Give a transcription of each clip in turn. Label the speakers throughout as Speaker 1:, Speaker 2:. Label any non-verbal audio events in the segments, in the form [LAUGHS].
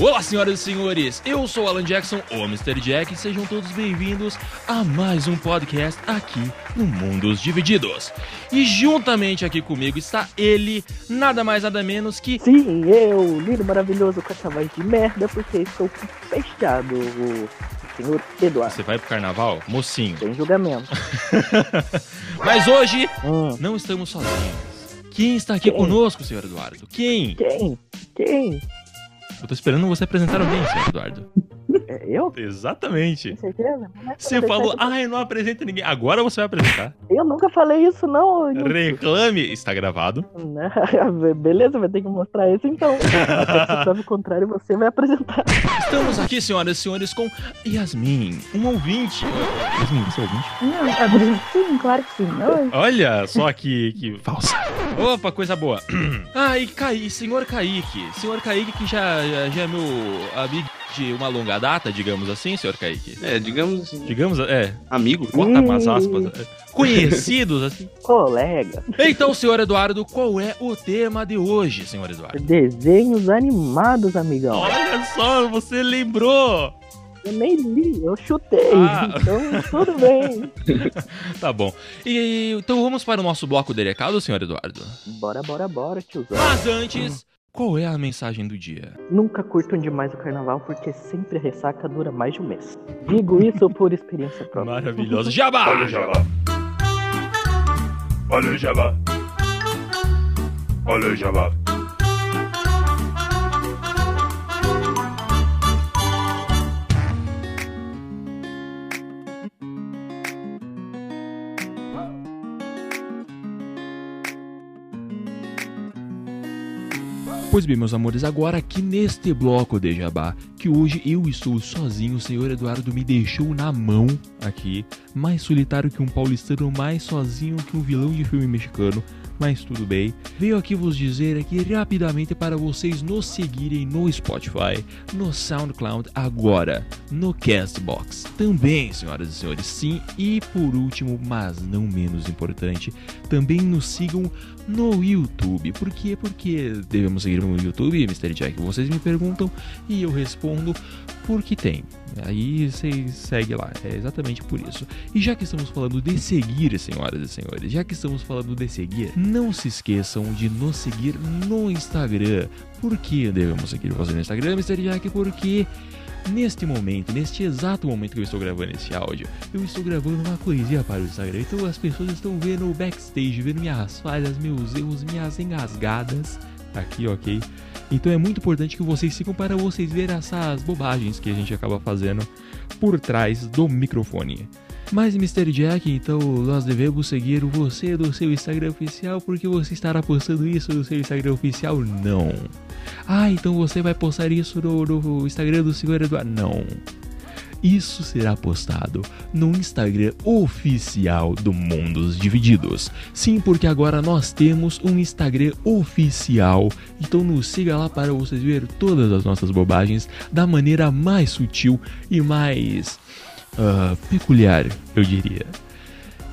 Speaker 1: Olá, senhoras e senhores, eu sou o Alan Jackson, o Mr. Jack, e sejam todos bem-vindos a mais um podcast aqui no Mundos Divididos. E juntamente aqui comigo está ele, nada mais nada menos que.
Speaker 2: Sim, eu, lindo, maravilhoso, com essa voz de merda, porque estou fechado, o senhor Eduardo.
Speaker 1: Você vai pro carnaval? Mocinho.
Speaker 2: Sem julgamento.
Speaker 1: Mas hoje
Speaker 2: Hum,
Speaker 1: não estamos sozinhos. Quem está aqui
Speaker 2: Quem?
Speaker 1: conosco, senhor Eduardo? Quem?
Speaker 2: quem? Quem?
Speaker 1: Eu tô esperando você apresentar alguém, senhor Eduardo.
Speaker 2: É eu?
Speaker 1: Exatamente.
Speaker 2: Com certeza? Não é pra
Speaker 1: Você
Speaker 2: deixar
Speaker 1: falou,
Speaker 2: de-
Speaker 1: ah, eu não apresento ninguém. Agora você vai apresentar.
Speaker 2: Eu nunca falei isso, não. eu não-
Speaker 1: Reclame, está gravado.
Speaker 2: Né? [LAUGHS] Beleza, vai ter que mostrar isso
Speaker 1: [LAUGHS]
Speaker 2: então. Até que prove o contrário, você vai apresentar.
Speaker 1: Estamos aqui, senhoras e senhores, com Yasmin, um ouvinte. Yasmin, você é ouvinte?
Speaker 3: Não,
Speaker 2: tá
Speaker 3: abri- sim, claro que sim. Oi.
Speaker 1: Olha só que, que falsa. Opa, coisa boa. [CLEARS THROAT] Ah, e Caí, senhor Kaique. Senhor Kaique, que já, já, já é meu amigo de uma longa data, digamos assim, senhor Kaique.
Speaker 4: É, digamos assim,
Speaker 1: Digamos, é,
Speaker 4: amigo. né?
Speaker 1: bota umas aspas. é, Conhecidos, assim.
Speaker 2: Colega,
Speaker 1: Então, senhor Eduardo, qual é o tema de hoje, senhor Eduardo?
Speaker 2: desenhos animados, amigão.
Speaker 1: Olha só, você lembrou!
Speaker 2: Eu nem li, eu chutei.
Speaker 1: Ah.
Speaker 2: Então, tudo bem.
Speaker 1: Tá bom. E então vamos para o nosso bloco de recado, senhor Eduardo?
Speaker 2: Bora, bora, bora, tiozão.
Speaker 1: Mas antes, qual é a mensagem do dia?
Speaker 2: Nunca curtam demais o carnaval, porque sempre a ressaca dura mais de um mês. Digo isso por
Speaker 1: [LAUGHS]
Speaker 2: experiência própria.
Speaker 1: Maravilhoso. Jabá!
Speaker 5: Jabá. Olha o Jabá. Olha o Jabá.
Speaker 1: Pois bem, meus amores, agora aqui neste bloco de Jabá, que hoje eu estou sozinho, o senhor Eduardo me deixou na mão aqui, mais solitário que um paulistano, mais sozinho que um vilão de filme mexicano, mas tudo bem. Veio aqui vos dizer aqui rapidamente para vocês nos seguirem no Spotify, no SoundCloud agora, no Castbox também, senhoras e senhores, sim. E por último, mas não menos importante, também nos sigam no YouTube. Por quê? Porque devemos seguir no YouTube, Mr. Jack. Vocês me perguntam e eu respondo porque tem. Aí vocês seguem lá, é exatamente por isso. E já que estamos falando de seguir, senhoras e senhores, já que estamos falando de seguir, não se esqueçam de nos seguir no Instagram. Por que devemos seguir você no Instagram, Mr. Jack? Porque neste momento, neste exato momento que eu estou gravando esse áudio, eu estou gravando uma coisinha para o Instagram, então as pessoas estão vendo o backstage, vendo minhas falhas, meus erros, minhas engasgadas. Tá Aqui, ok? Então é muito importante que vocês sigam para vocês verem essas bobagens que a gente acaba fazendo por trás do microfone. Mas, Mr. Jack, então nós devemos seguir você do seu Instagram oficial porque você estará postando isso no seu Instagram oficial? Não. Ah, então você vai postar isso no, no Instagram do senhor Eduardo? Não. Isso será postado no Instagram oficial do Mundos Divididos. Sim, porque agora nós temos um Instagram oficial. Então nos siga lá para vocês verem todas as nossas bobagens da maneira mais sutil e mais ah, peculiar, eu diria.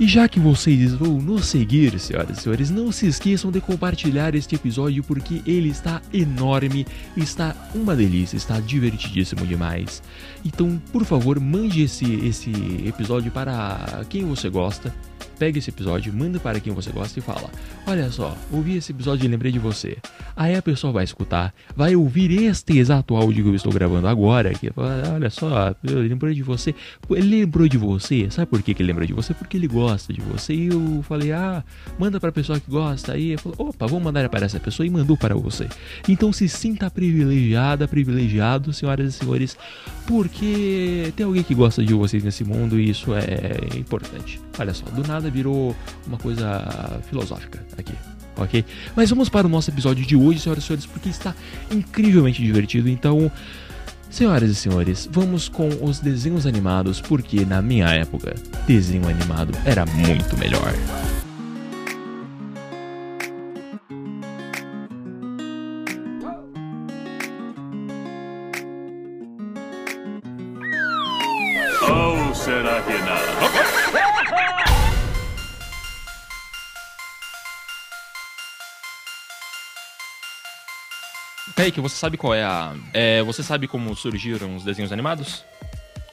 Speaker 1: E já que vocês vão nos seguir, senhoras e senhores, não se esqueçam de compartilhar este episódio porque ele está enorme, está uma delícia, está divertidíssimo demais. Então, por favor, mande esse, esse episódio para quem você gosta. Pega esse episódio, manda para quem você gosta e fala: Olha só, ouvi esse episódio e lembrei de você. Aí a pessoa vai escutar, vai ouvir este exato áudio que eu estou gravando agora. Que, fala, olha só, eu lembrei de você. Pô, Ele lembrou de você. Sabe por que que ele lembrou de você? Porque ele gosta de você. E eu falei: Ah, manda para a pessoa que gosta. Aí eu falou: Opa, vou mandar para essa pessoa e mandou para você. Então se sinta privilegiada, privilegiado, senhoras e senhores, porque tem alguém que gosta de vocês nesse mundo e isso é importante. Olha só, do nada virou uma coisa filosófica aqui, ok? Mas vamos para o nosso episódio de hoje, senhoras e senhores, porque está incrivelmente divertido. Então, senhoras e senhores, vamos com os desenhos animados, porque na minha época, desenho animado era muito melhor.
Speaker 6: Ou será que não?
Speaker 1: Kaique, você sabe qual é a. é, você sabe como surgiram os desenhos animados?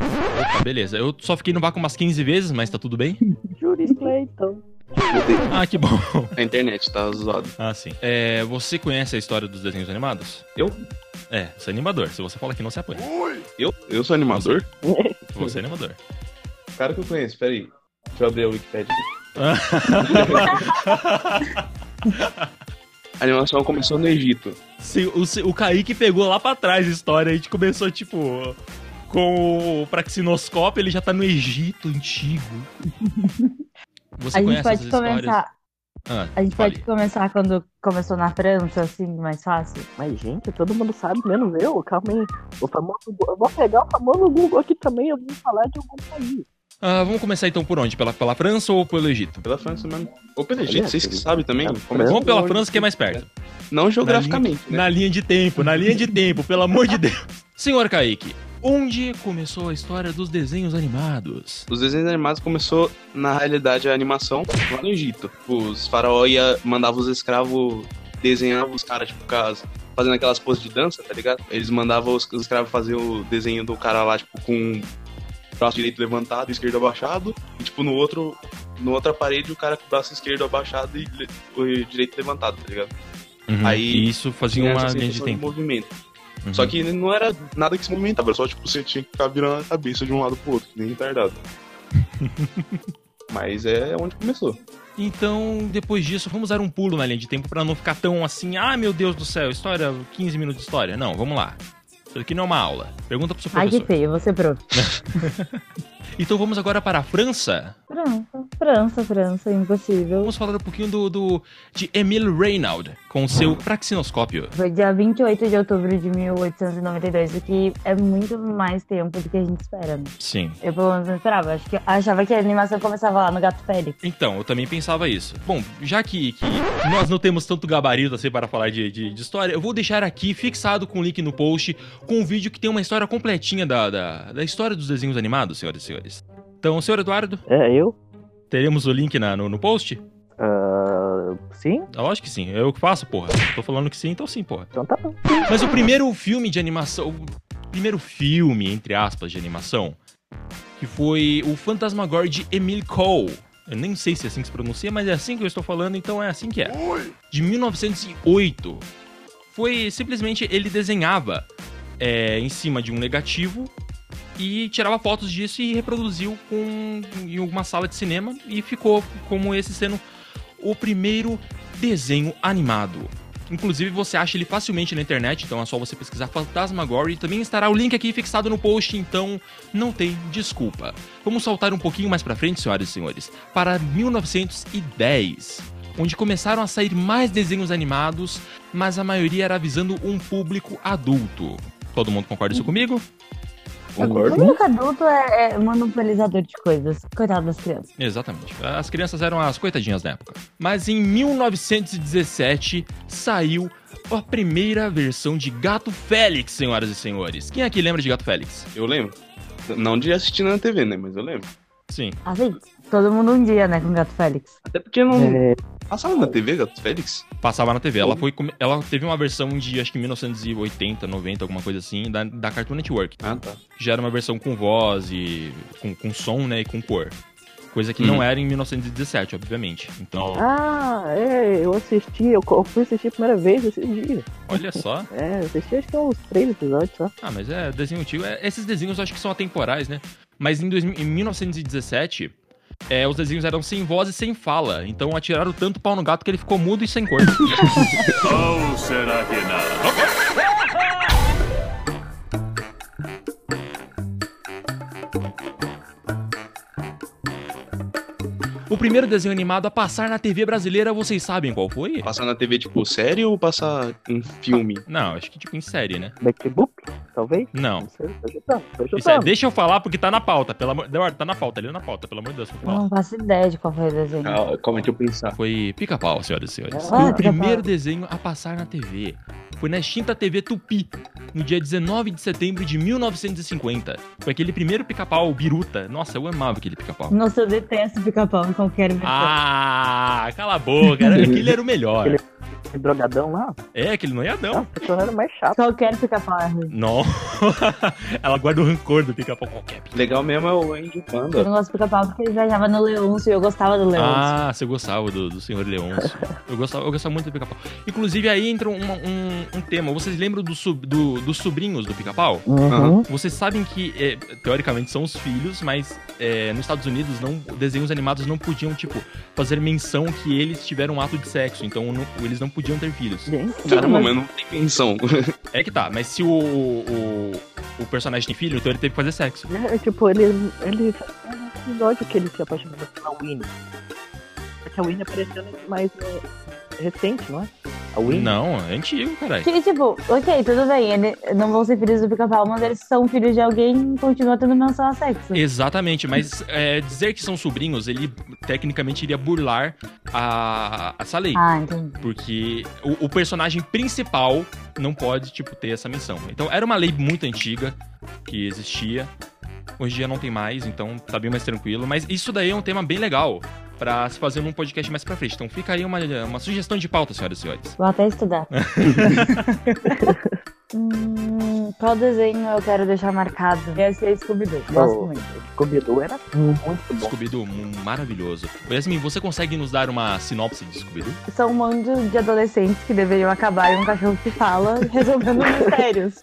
Speaker 1: Opa, beleza. Eu só fiquei no vácuo umas 15 vezes, mas tá tudo
Speaker 7: [LAUGHS]
Speaker 1: bem?
Speaker 2: Juris Clayton.
Speaker 1: Ah, que bom.
Speaker 4: Na internet, tá zoado.
Speaker 1: Ah, sim. É, você conhece a história dos desenhos animados?
Speaker 4: Eu?
Speaker 1: É, você é animador. Se você fala que não, você apanha.
Speaker 4: Eu? Eu sou animador?
Speaker 1: Você é animador.
Speaker 4: O cara que eu conheço, peraí. Deixa eu abrir a Wikipedia. [LAUGHS] a animação começou no Egito.
Speaker 1: Se- o, se- o Kaique pegou lá pra trás a história, a gente começou, tipo, com o praxinoscópio, ele já tá no Egito
Speaker 7: [LAUGHS]
Speaker 1: antigo. Você
Speaker 7: A gente
Speaker 1: conhece
Speaker 7: pode
Speaker 1: essas histórias?
Speaker 7: começar.
Speaker 1: Ah,
Speaker 7: A gente pode
Speaker 1: fale.
Speaker 7: começar quando começou na França, assim, mais fácil.
Speaker 2: Mas, gente, todo mundo sabe, menos eu. Calma aí. O famoso, Gu- eu vou pegar o famoso Google aqui também. Eu vou falar de algum país.
Speaker 1: Ah, vamos começar então por onde? Pela, pela França ou pelo Egito?
Speaker 4: Pela França mesmo. Ou pelo
Speaker 2: Olha,
Speaker 4: Egito, vocês que
Speaker 2: filho.
Speaker 4: sabem também.
Speaker 2: Pela
Speaker 4: Começou
Speaker 1: Vamos pela
Speaker 4: por-
Speaker 1: França que é mais perto.
Speaker 4: Tá Não geograficamente, né?
Speaker 1: Na linha de tempo, na linha de tempo, pelo amor de Deus. [LAUGHS] Senhor Kaique, onde começou a história dos desenhos animados?
Speaker 4: Os desenhos animados começou, na realidade, a animação lá no Egito. Os faraó ia, mandavam os escravos desenhar os caras, tipo, cas- fazendo aquelas poses de dança, tá ligado? Eles mandavam os, os escravos fazer o desenho do cara lá, tipo, com o braço direito levantado, esquerdo abaixado, e tipo, no outro. No outra parede, o cara com o braço esquerdo abaixado e le- o direito levantado, tá ligado? Aí-
Speaker 1: e Uhum, isso fazia
Speaker 4: Tinha
Speaker 1: uma
Speaker 4: essa
Speaker 1: linha de
Speaker 4: sensação de
Speaker 1: tempo.
Speaker 4: movimento.
Speaker 1: Uhum.
Speaker 4: Só que não era nada que se movimentava, era só tipo você tinha que ficar virando a cabeça de um lado pro outro, que nem [LAUGHS] retardado. Mas é onde começou.
Speaker 1: Então, depois disso, vamos dar um pulo na linha de tempo pra não ficar tão assim, ah, meu Deus do céu, história, 15 minutos de história. Não, vamos lá. Isso aqui não é uma aula. Pergunta pro seu
Speaker 7: Ai, que
Speaker 1: professor.
Speaker 7: feio, você prof.
Speaker 1: Então vamos agora para a França.
Speaker 7: França, França, França, impossível.
Speaker 1: Vamos falar um pouquinho do, do- de Emile Reynaud com seu praxinoscópio.
Speaker 7: Foi dia 28 de outubro de 1892, o que é muito mais tempo do que a gente espera. né?
Speaker 1: Sim.
Speaker 7: Eu pelo menos não esperava. Acho que achava que a animação começava lá no Gato Félix.
Speaker 1: Então, eu também pensava isso. Bom, já que, que nós não temos tanto gabarito assim para falar de, de- de história, eu vou deixar aqui fixado com o link no post com um vídeo que tem uma história completinha da, da, da história dos desenhos animados, senhoras e senhores. Então, senhor Eduardo,
Speaker 2: É, eu?
Speaker 1: teremos o link na- no- no post?
Speaker 2: Ah, sim?
Speaker 1: Ah, Lógico que sim, eu que faço, porra. Tô falando que sim, então sim, porra.
Speaker 2: Então tá bom.
Speaker 1: Mas o primeiro filme de animação. O primeiro filme, entre aspas, de animação, que foi o Fantasmagor de Emile Cole. Eu nem sei se é assim que se pronuncia, mas é assim que eu estou falando, então é assim que é. De 1908. Foi simplesmente ele desenhava é, em cima de um negativo e tirava fotos disso e reproduziu com, em uma sala de cinema e ficou como esse sendo o primeiro desenho animado. Inclusive, você acha ele facilmente na internet, então é só você pesquisar Fantasmagory. Também estará o link aqui fixado no post, então não tem desculpa. Vamos saltar um pouquinho mais pra frente, senhoras e senhores, para 1910, onde começaram a sair mais desenhos animados, mas a maioria era visando um público adulto. Todo mundo concorda isso comigo?
Speaker 7: O público adulto é, é monopolizador de coisas. Coitado das crianças.
Speaker 1: Exatamente. As crianças eram as coitadinhas da época. Mas em 1917 saiu a primeira versão de Gato Félix, senhoras e senhores. Quem aqui lembra de Gato Félix?
Speaker 4: Eu lembro. Não de assistir na TV, né? Mas eu lembro.
Speaker 1: Sim.
Speaker 7: Assim, todo mundo um dia, né, com o Gato Félix.
Speaker 4: Até porque
Speaker 1: Hum.
Speaker 4: não.
Speaker 2: É,
Speaker 4: Passava na TV, Gato Félix?
Speaker 1: Passava na TV. Ela, foi, come- ela teve uma versão de acho que 1980, 90, alguma coisa assim, da, da Cartoon Network.
Speaker 4: Ah, tá.
Speaker 1: Já era uma versão com voz e com, com som, né, e com cor. Coisa que não era em 1917, obviamente. Então,
Speaker 2: Ah, é, eu assisti, eu, co- eu fui assistir a primeira vez esse dia.
Speaker 1: olha só.
Speaker 2: É, eu assisti acho que uns três episódios só.
Speaker 1: Ah, mas é desenho antigo. É, esses desenhos eu acho que são atemporais, né? Mas em, 2000 em 1917, é, os desenhos eram sem voz e sem fala. Então atiraram tanto pau no gato que ele ficou mudo
Speaker 6: [LAUGHS]
Speaker 1: e sem cor.
Speaker 6: Ou Oh, será que não?
Speaker 1: o primeiro desenho animado a passar na TV brasileira, vocês sabem qual foi?
Speaker 4: Passar na TV, tipo, série ou passar em filme?
Speaker 1: Não, acho que tipo em série, né?
Speaker 2: Back Boop. Talvez?
Speaker 1: Não.
Speaker 2: Não sei, tô chutando, tô
Speaker 1: Isso é,
Speaker 2: chutando.
Speaker 1: deixa eu falar porque tá na pauta. Pelo amor... Eduardo, tá na pauta, ele é na pauta, pelo amor de Deus.
Speaker 7: Eu
Speaker 1: Fala.
Speaker 7: não faço ideia de qual foi o desenho.
Speaker 4: Calma, Ah, tá. calma, deixa eu pensar.
Speaker 1: Foi pica-pau, senhoras e senhores.
Speaker 7: Ah,
Speaker 1: o
Speaker 7: Pica-Pau.
Speaker 1: primeiro desenho a passar na TV. Foi na extinta TV Tupi, no dia 19 de setembro de 1950. Foi aquele primeiro pica-pau, biruta. Nossa, eu amava aquele
Speaker 7: [LAUGHS]
Speaker 1: pica-pau.
Speaker 7: Nossa, eu detesto pica-pau em qualquer versão.
Speaker 1: Ah, cala a boca, era, aquele era o melhor.
Speaker 2: Aquele- Esse drogadão lá,
Speaker 1: É, aquele noiadão.
Speaker 2: tá tornando mais chato.
Speaker 7: Qualquer pica-pau é ruim.
Speaker 1: Não. [LAUGHS] Ela guarda o rancor do pica-pau qualquer.
Speaker 4: Legal mesmo é o Andy
Speaker 7: Eu
Speaker 4: Panda.
Speaker 7: não gosto de pica-pau porque ele viajava no Leôncio e eu gostava do Leôncio.
Speaker 1: Ah, você gostava do, do Senhor Leôncio. Eu gostava, eu gostava muito do pica-pau. Inclusive, aí entra um, um, um tema. Vocês lembram do sub- do- dos sobrinhos do pica-pau?
Speaker 2: Uhum.
Speaker 1: Vocês sabem que, é, teoricamente, são os filhos, mas é, nos Estados Unidos não, desenhos animados não podiam, tipo, fazer menção que eles tiveram um ato de sexo. Então, não- eles não podiam ter filhos.
Speaker 2: Gente,
Speaker 4: Caramba, mas não tem pensão. [LAUGHS]
Speaker 1: É que tá, mas se o, o, o personagem tem filho, então ele teve que fazer sexo.
Speaker 2: né, tipo, ele. ele era um episódio que ele se apaixonou pela Winnie. Porque a Winnie apareceu nesse mais é, recente, não é? A Winnie?
Speaker 1: Não, é antigo, caralho.
Speaker 7: Que, tipo, ok, tudo bem, ele, não vão ser filhos do pica-pau, mas eles são filhos de alguém e continuam tendo menção a sexo.
Speaker 1: Exatamente, mas é, dizer que são sobrinhos, ele tecnicamente iria burlar a, essa lei.
Speaker 7: Ah, entendi.
Speaker 1: Porque o, o personagem principal não pode, tipo, ter essa missão. Então era uma lei muito antiga que existia. Hoje em dia não tem mais, então tá bem mais tranquilo. Mas isso daí é um tema bem legal pra se fazer num podcast mais pra frente. Então fica aí uma, uma sugestão de pauta, senhoras e senhores.
Speaker 7: Vou até
Speaker 1: [LAUGHS]
Speaker 7: estudar. [LAUGHS] Hum, qual desenho eu quero deixar marcado? Esse é Scooby-Doo. Gosto
Speaker 2: Oh.
Speaker 7: muito.
Speaker 2: Scooby-Doo era muito bom.
Speaker 1: Scooby-Doo, um maravilhoso. Ô, Yasmin, você consegue nos dar uma sinopse de Scooby-Doo?
Speaker 7: São um monte de adolescentes que deveriam acabar em um cachorro que fala [LAUGHS] resolvendo mistérios.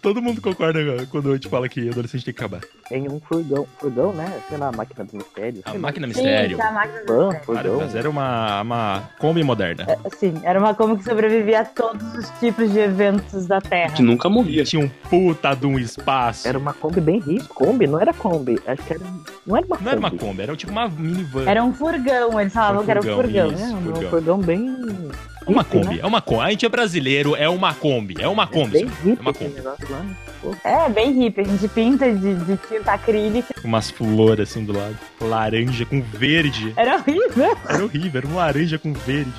Speaker 1: Todo mundo concorda quando eu te falo que adolescente tem que acabar.
Speaker 2: Em um furgão, furgão, né? Sei lá, a máquina do mistério.
Speaker 1: A
Speaker 2: sei lá,
Speaker 1: máquina
Speaker 7: Sim,
Speaker 1: [LAUGHS]
Speaker 7: tá,
Speaker 1: mistério.
Speaker 7: que a máquina do
Speaker 2: van,
Speaker 7: mistério.
Speaker 2: furgão.
Speaker 1: Maravilhosa. Era uma, uma Kombi moderna.
Speaker 7: é, Sim, era uma Kombi que sobrevivia a todos os tipos de eventos da Terra.
Speaker 4: Que nunca
Speaker 1: E
Speaker 4: morria.
Speaker 1: tinha um puta de um espaço.
Speaker 2: Era uma Kombi bem rica. Kombi? Não era Kombi. Acho que era. Não era uma Kombi.
Speaker 1: Não era uma Kombi, era tipo uma minivan.
Speaker 7: Era um furgão, eles falavam que era um furgão.
Speaker 1: isso,
Speaker 2: É, um
Speaker 1: furgão.
Speaker 2: furgão bem.
Speaker 1: Uma
Speaker 2: rico, né?
Speaker 1: Kombi, é uma Kombi. A gente é brasileiro, é uma Kombi. É uma Kombi.
Speaker 2: Bem
Speaker 1: senhor.
Speaker 2: rico
Speaker 1: É uma
Speaker 2: esse
Speaker 1: Kombi.
Speaker 2: negócio lá. né?
Speaker 7: É, bem hippie. A gente pinta de, de tinta acrílica. [LAUGHS]
Speaker 1: Umas flores assim do lado. Laranja com verde.
Speaker 7: Era horrível.
Speaker 1: Era horrível, era um laranja com verde.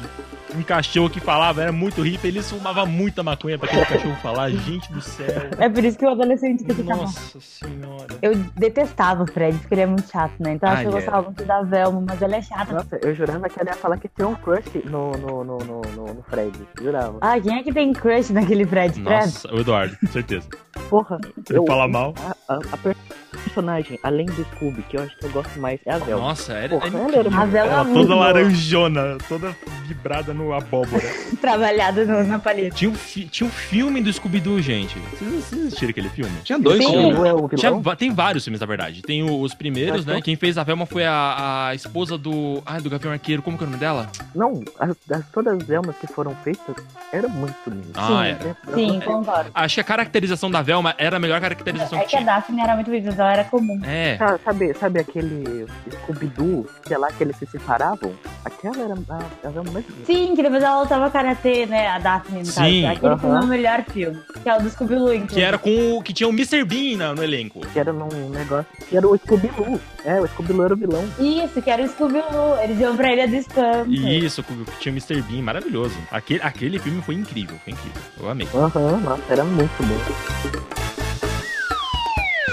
Speaker 1: Um cachorro que falava, era muito hippie, eles fumavam muita maconha pra aquele cachorro falar, gente do céu.
Speaker 7: É por isso que o adolescente tem que ficar mal.
Speaker 1: Nossa senhora.
Speaker 7: Eu detestava o Fred, porque ele é muito chato, né? Então
Speaker 1: Ah,
Speaker 7: acho que eu
Speaker 1: ele
Speaker 7: gostava muito da Velma, mas ela é chata.
Speaker 2: Nossa, eu jurava que ela ia falar que tinha um crush no, no, no, no, no, no Fred. Jurava.
Speaker 7: Ah, quem é que tem crush naquele Fred? Fred?
Speaker 1: Nossa, o Eduardo, certeza.
Speaker 2: Ah, Porra.
Speaker 1: Ele fala mal.
Speaker 2: A, a- a per- personagem, além do Scooby, que eu acho que eu gosto mais, é a Velma.
Speaker 1: Nossa, era,
Speaker 2: Porra,
Speaker 1: era
Speaker 2: ela
Speaker 1: incrível.
Speaker 2: era
Speaker 7: A Velma é
Speaker 1: Ela
Speaker 7: muito
Speaker 1: toda
Speaker 7: boa,
Speaker 1: laranjona, toda vibrada no abóbora. [LAUGHS]
Speaker 7: trabalhada no- na palheta.
Speaker 1: tinha, um fi- tinha um filme do Scooby-Doo, gente. Vocês vocês assistiram aquele filme?
Speaker 4: Tinha dois
Speaker 2: Sim,
Speaker 4: filmes.
Speaker 2: não é o
Speaker 1: Tinha
Speaker 2: vilão?
Speaker 1: va- tem vários filmes, na verdade. Tem o- os primeiros, né? Quem fez a Velma foi a, a esposa do. Ai, do Gavião Arqueiro. Como que é o nome dela?
Speaker 2: Não, as, as- todas as Velmas que foram feitas eram muito lindas.
Speaker 1: Ah, era.
Speaker 7: Sim, concordo.
Speaker 1: Acho que a caracterização da Velma era a melhor caracterização
Speaker 7: É
Speaker 1: que
Speaker 7: que a
Speaker 1: tinha.
Speaker 7: Daphne era muito bonita, ela era comum.
Speaker 1: É.
Speaker 2: Sa- Sabe, sabe aquele Scooby-Doo, sei lá, que eles se separavam? Aquela era a, a Velma mais linda.
Speaker 7: Sim, que depois ela lutava karatê, né? A Daphne, no
Speaker 1: Sim.
Speaker 7: caso. Aquele foi o
Speaker 2: Aham.
Speaker 7: meu melhor filme. Que é o do Scooby-Loo,
Speaker 1: Que
Speaker 7: inclusive.
Speaker 1: era com o. Que tinha o Mr. Bean na- no elenco.
Speaker 2: Que era num negócio. Que era o Scooby-Doo. É, o Scooby-Doo era o vilão.
Speaker 7: Isso, que era o Scooby-Loo. Eles iam pra Ilha do Espanto.
Speaker 1: Isso, com- tinha o Mr. Bean, maravilhoso. Aquele, aquele filme foi incrível, foi incrível. Eu amei.
Speaker 2: Aham, nossa, era muito bom.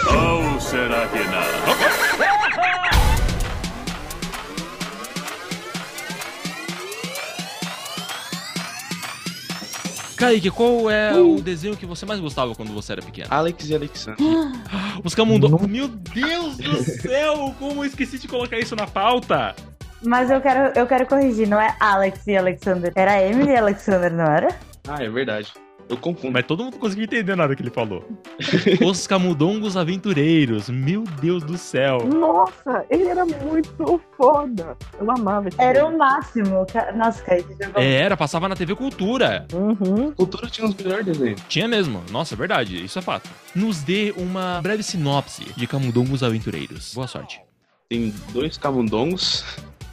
Speaker 8: Oh, será que não?
Speaker 1: Kaique, qual é o desenho que você mais gostava quando você era pequeno?
Speaker 4: Alex e Alexandre.
Speaker 1: Os camundongos. Meu Deus do céu, como eu esqueci de colocar isso na pauta.
Speaker 7: Mas eu quero, eu quero corrigir, não é Alex e Alexander. Era Emily e Alexander, não era?
Speaker 4: Ah, é verdade. Eu confundo.
Speaker 1: Mas todo mundo conseguiu entender nada que ele falou. Os camundongos aventureiros. Meu Deus do céu.
Speaker 2: Nossa, ele era muito foda. Eu amava esse
Speaker 7: Era
Speaker 2: um.
Speaker 7: o máximo. Ca- Nossa, Kaique, jogou.
Speaker 1: É, Era, passava na TV Cultura.
Speaker 2: Uhum.
Speaker 4: Cultura tinha os melhores desenhos.
Speaker 1: Tinha mesmo. Nossa, é verdade. Isso é fato. Nos dê uma breve sinopse de camundongos aventureiros. Boa sorte.
Speaker 4: Tem dois camundongos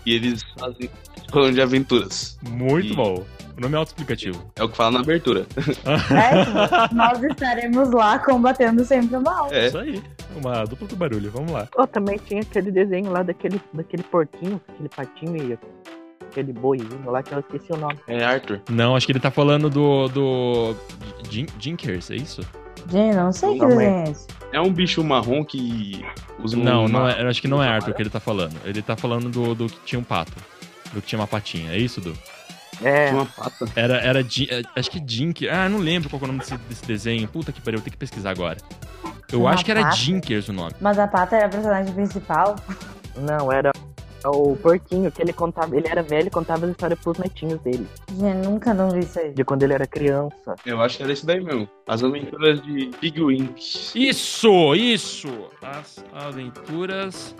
Speaker 4: e eles fazem falando de aventuras.
Speaker 1: Muito
Speaker 4: E-
Speaker 1: bom. O nome é autoexplicativo.
Speaker 4: É o que fala na abertura.
Speaker 7: É, nós estaremos lá combatendo sempre o mal.
Speaker 4: É.
Speaker 1: Isso aí. Uma dupla do barulho. Vamos lá.
Speaker 2: Pô, também tinha aquele desenho lá daquele, daquele porquinho, aquele patinho e aquele boizinho lá que eu esqueci o nome.
Speaker 4: É Arthur.
Speaker 1: Não, acho que ele tá falando do. do. Jin- Jinkers, é isso?
Speaker 7: Gente, não sei que
Speaker 4: Não,
Speaker 7: desenho é esse.
Speaker 4: É um bicho marrom que usa um
Speaker 1: Não, não
Speaker 4: ma-
Speaker 1: é, eu acho que não é
Speaker 4: Amarelo?
Speaker 1: Arthur que ele tá falando. Ele tá falando do, do que tinha um pato. Do que tinha uma patinha. É isso, Du?
Speaker 2: É,
Speaker 4: uma pata.
Speaker 1: Era. era Jin- é, acho que é Jink. Ah, eu não lembro qual que é o nome desse, desse desenho. Puta que pariu, eu tenho que pesquisar agora. Eu
Speaker 7: Uma
Speaker 1: acho que era
Speaker 7: pata?
Speaker 1: Jinkers o nome.
Speaker 7: Mas a Pata era a personagem principal.
Speaker 2: não, era o porquinho que ele contava, ele era velho e contava as histórias pros netinhos dele,
Speaker 7: Gente, nunca não vi isso aí.
Speaker 2: de quando ele era criança.
Speaker 4: Eu acho que era esse daí mesmo. As aventuras de Big Wings.
Speaker 1: Isso, isso! As aventuras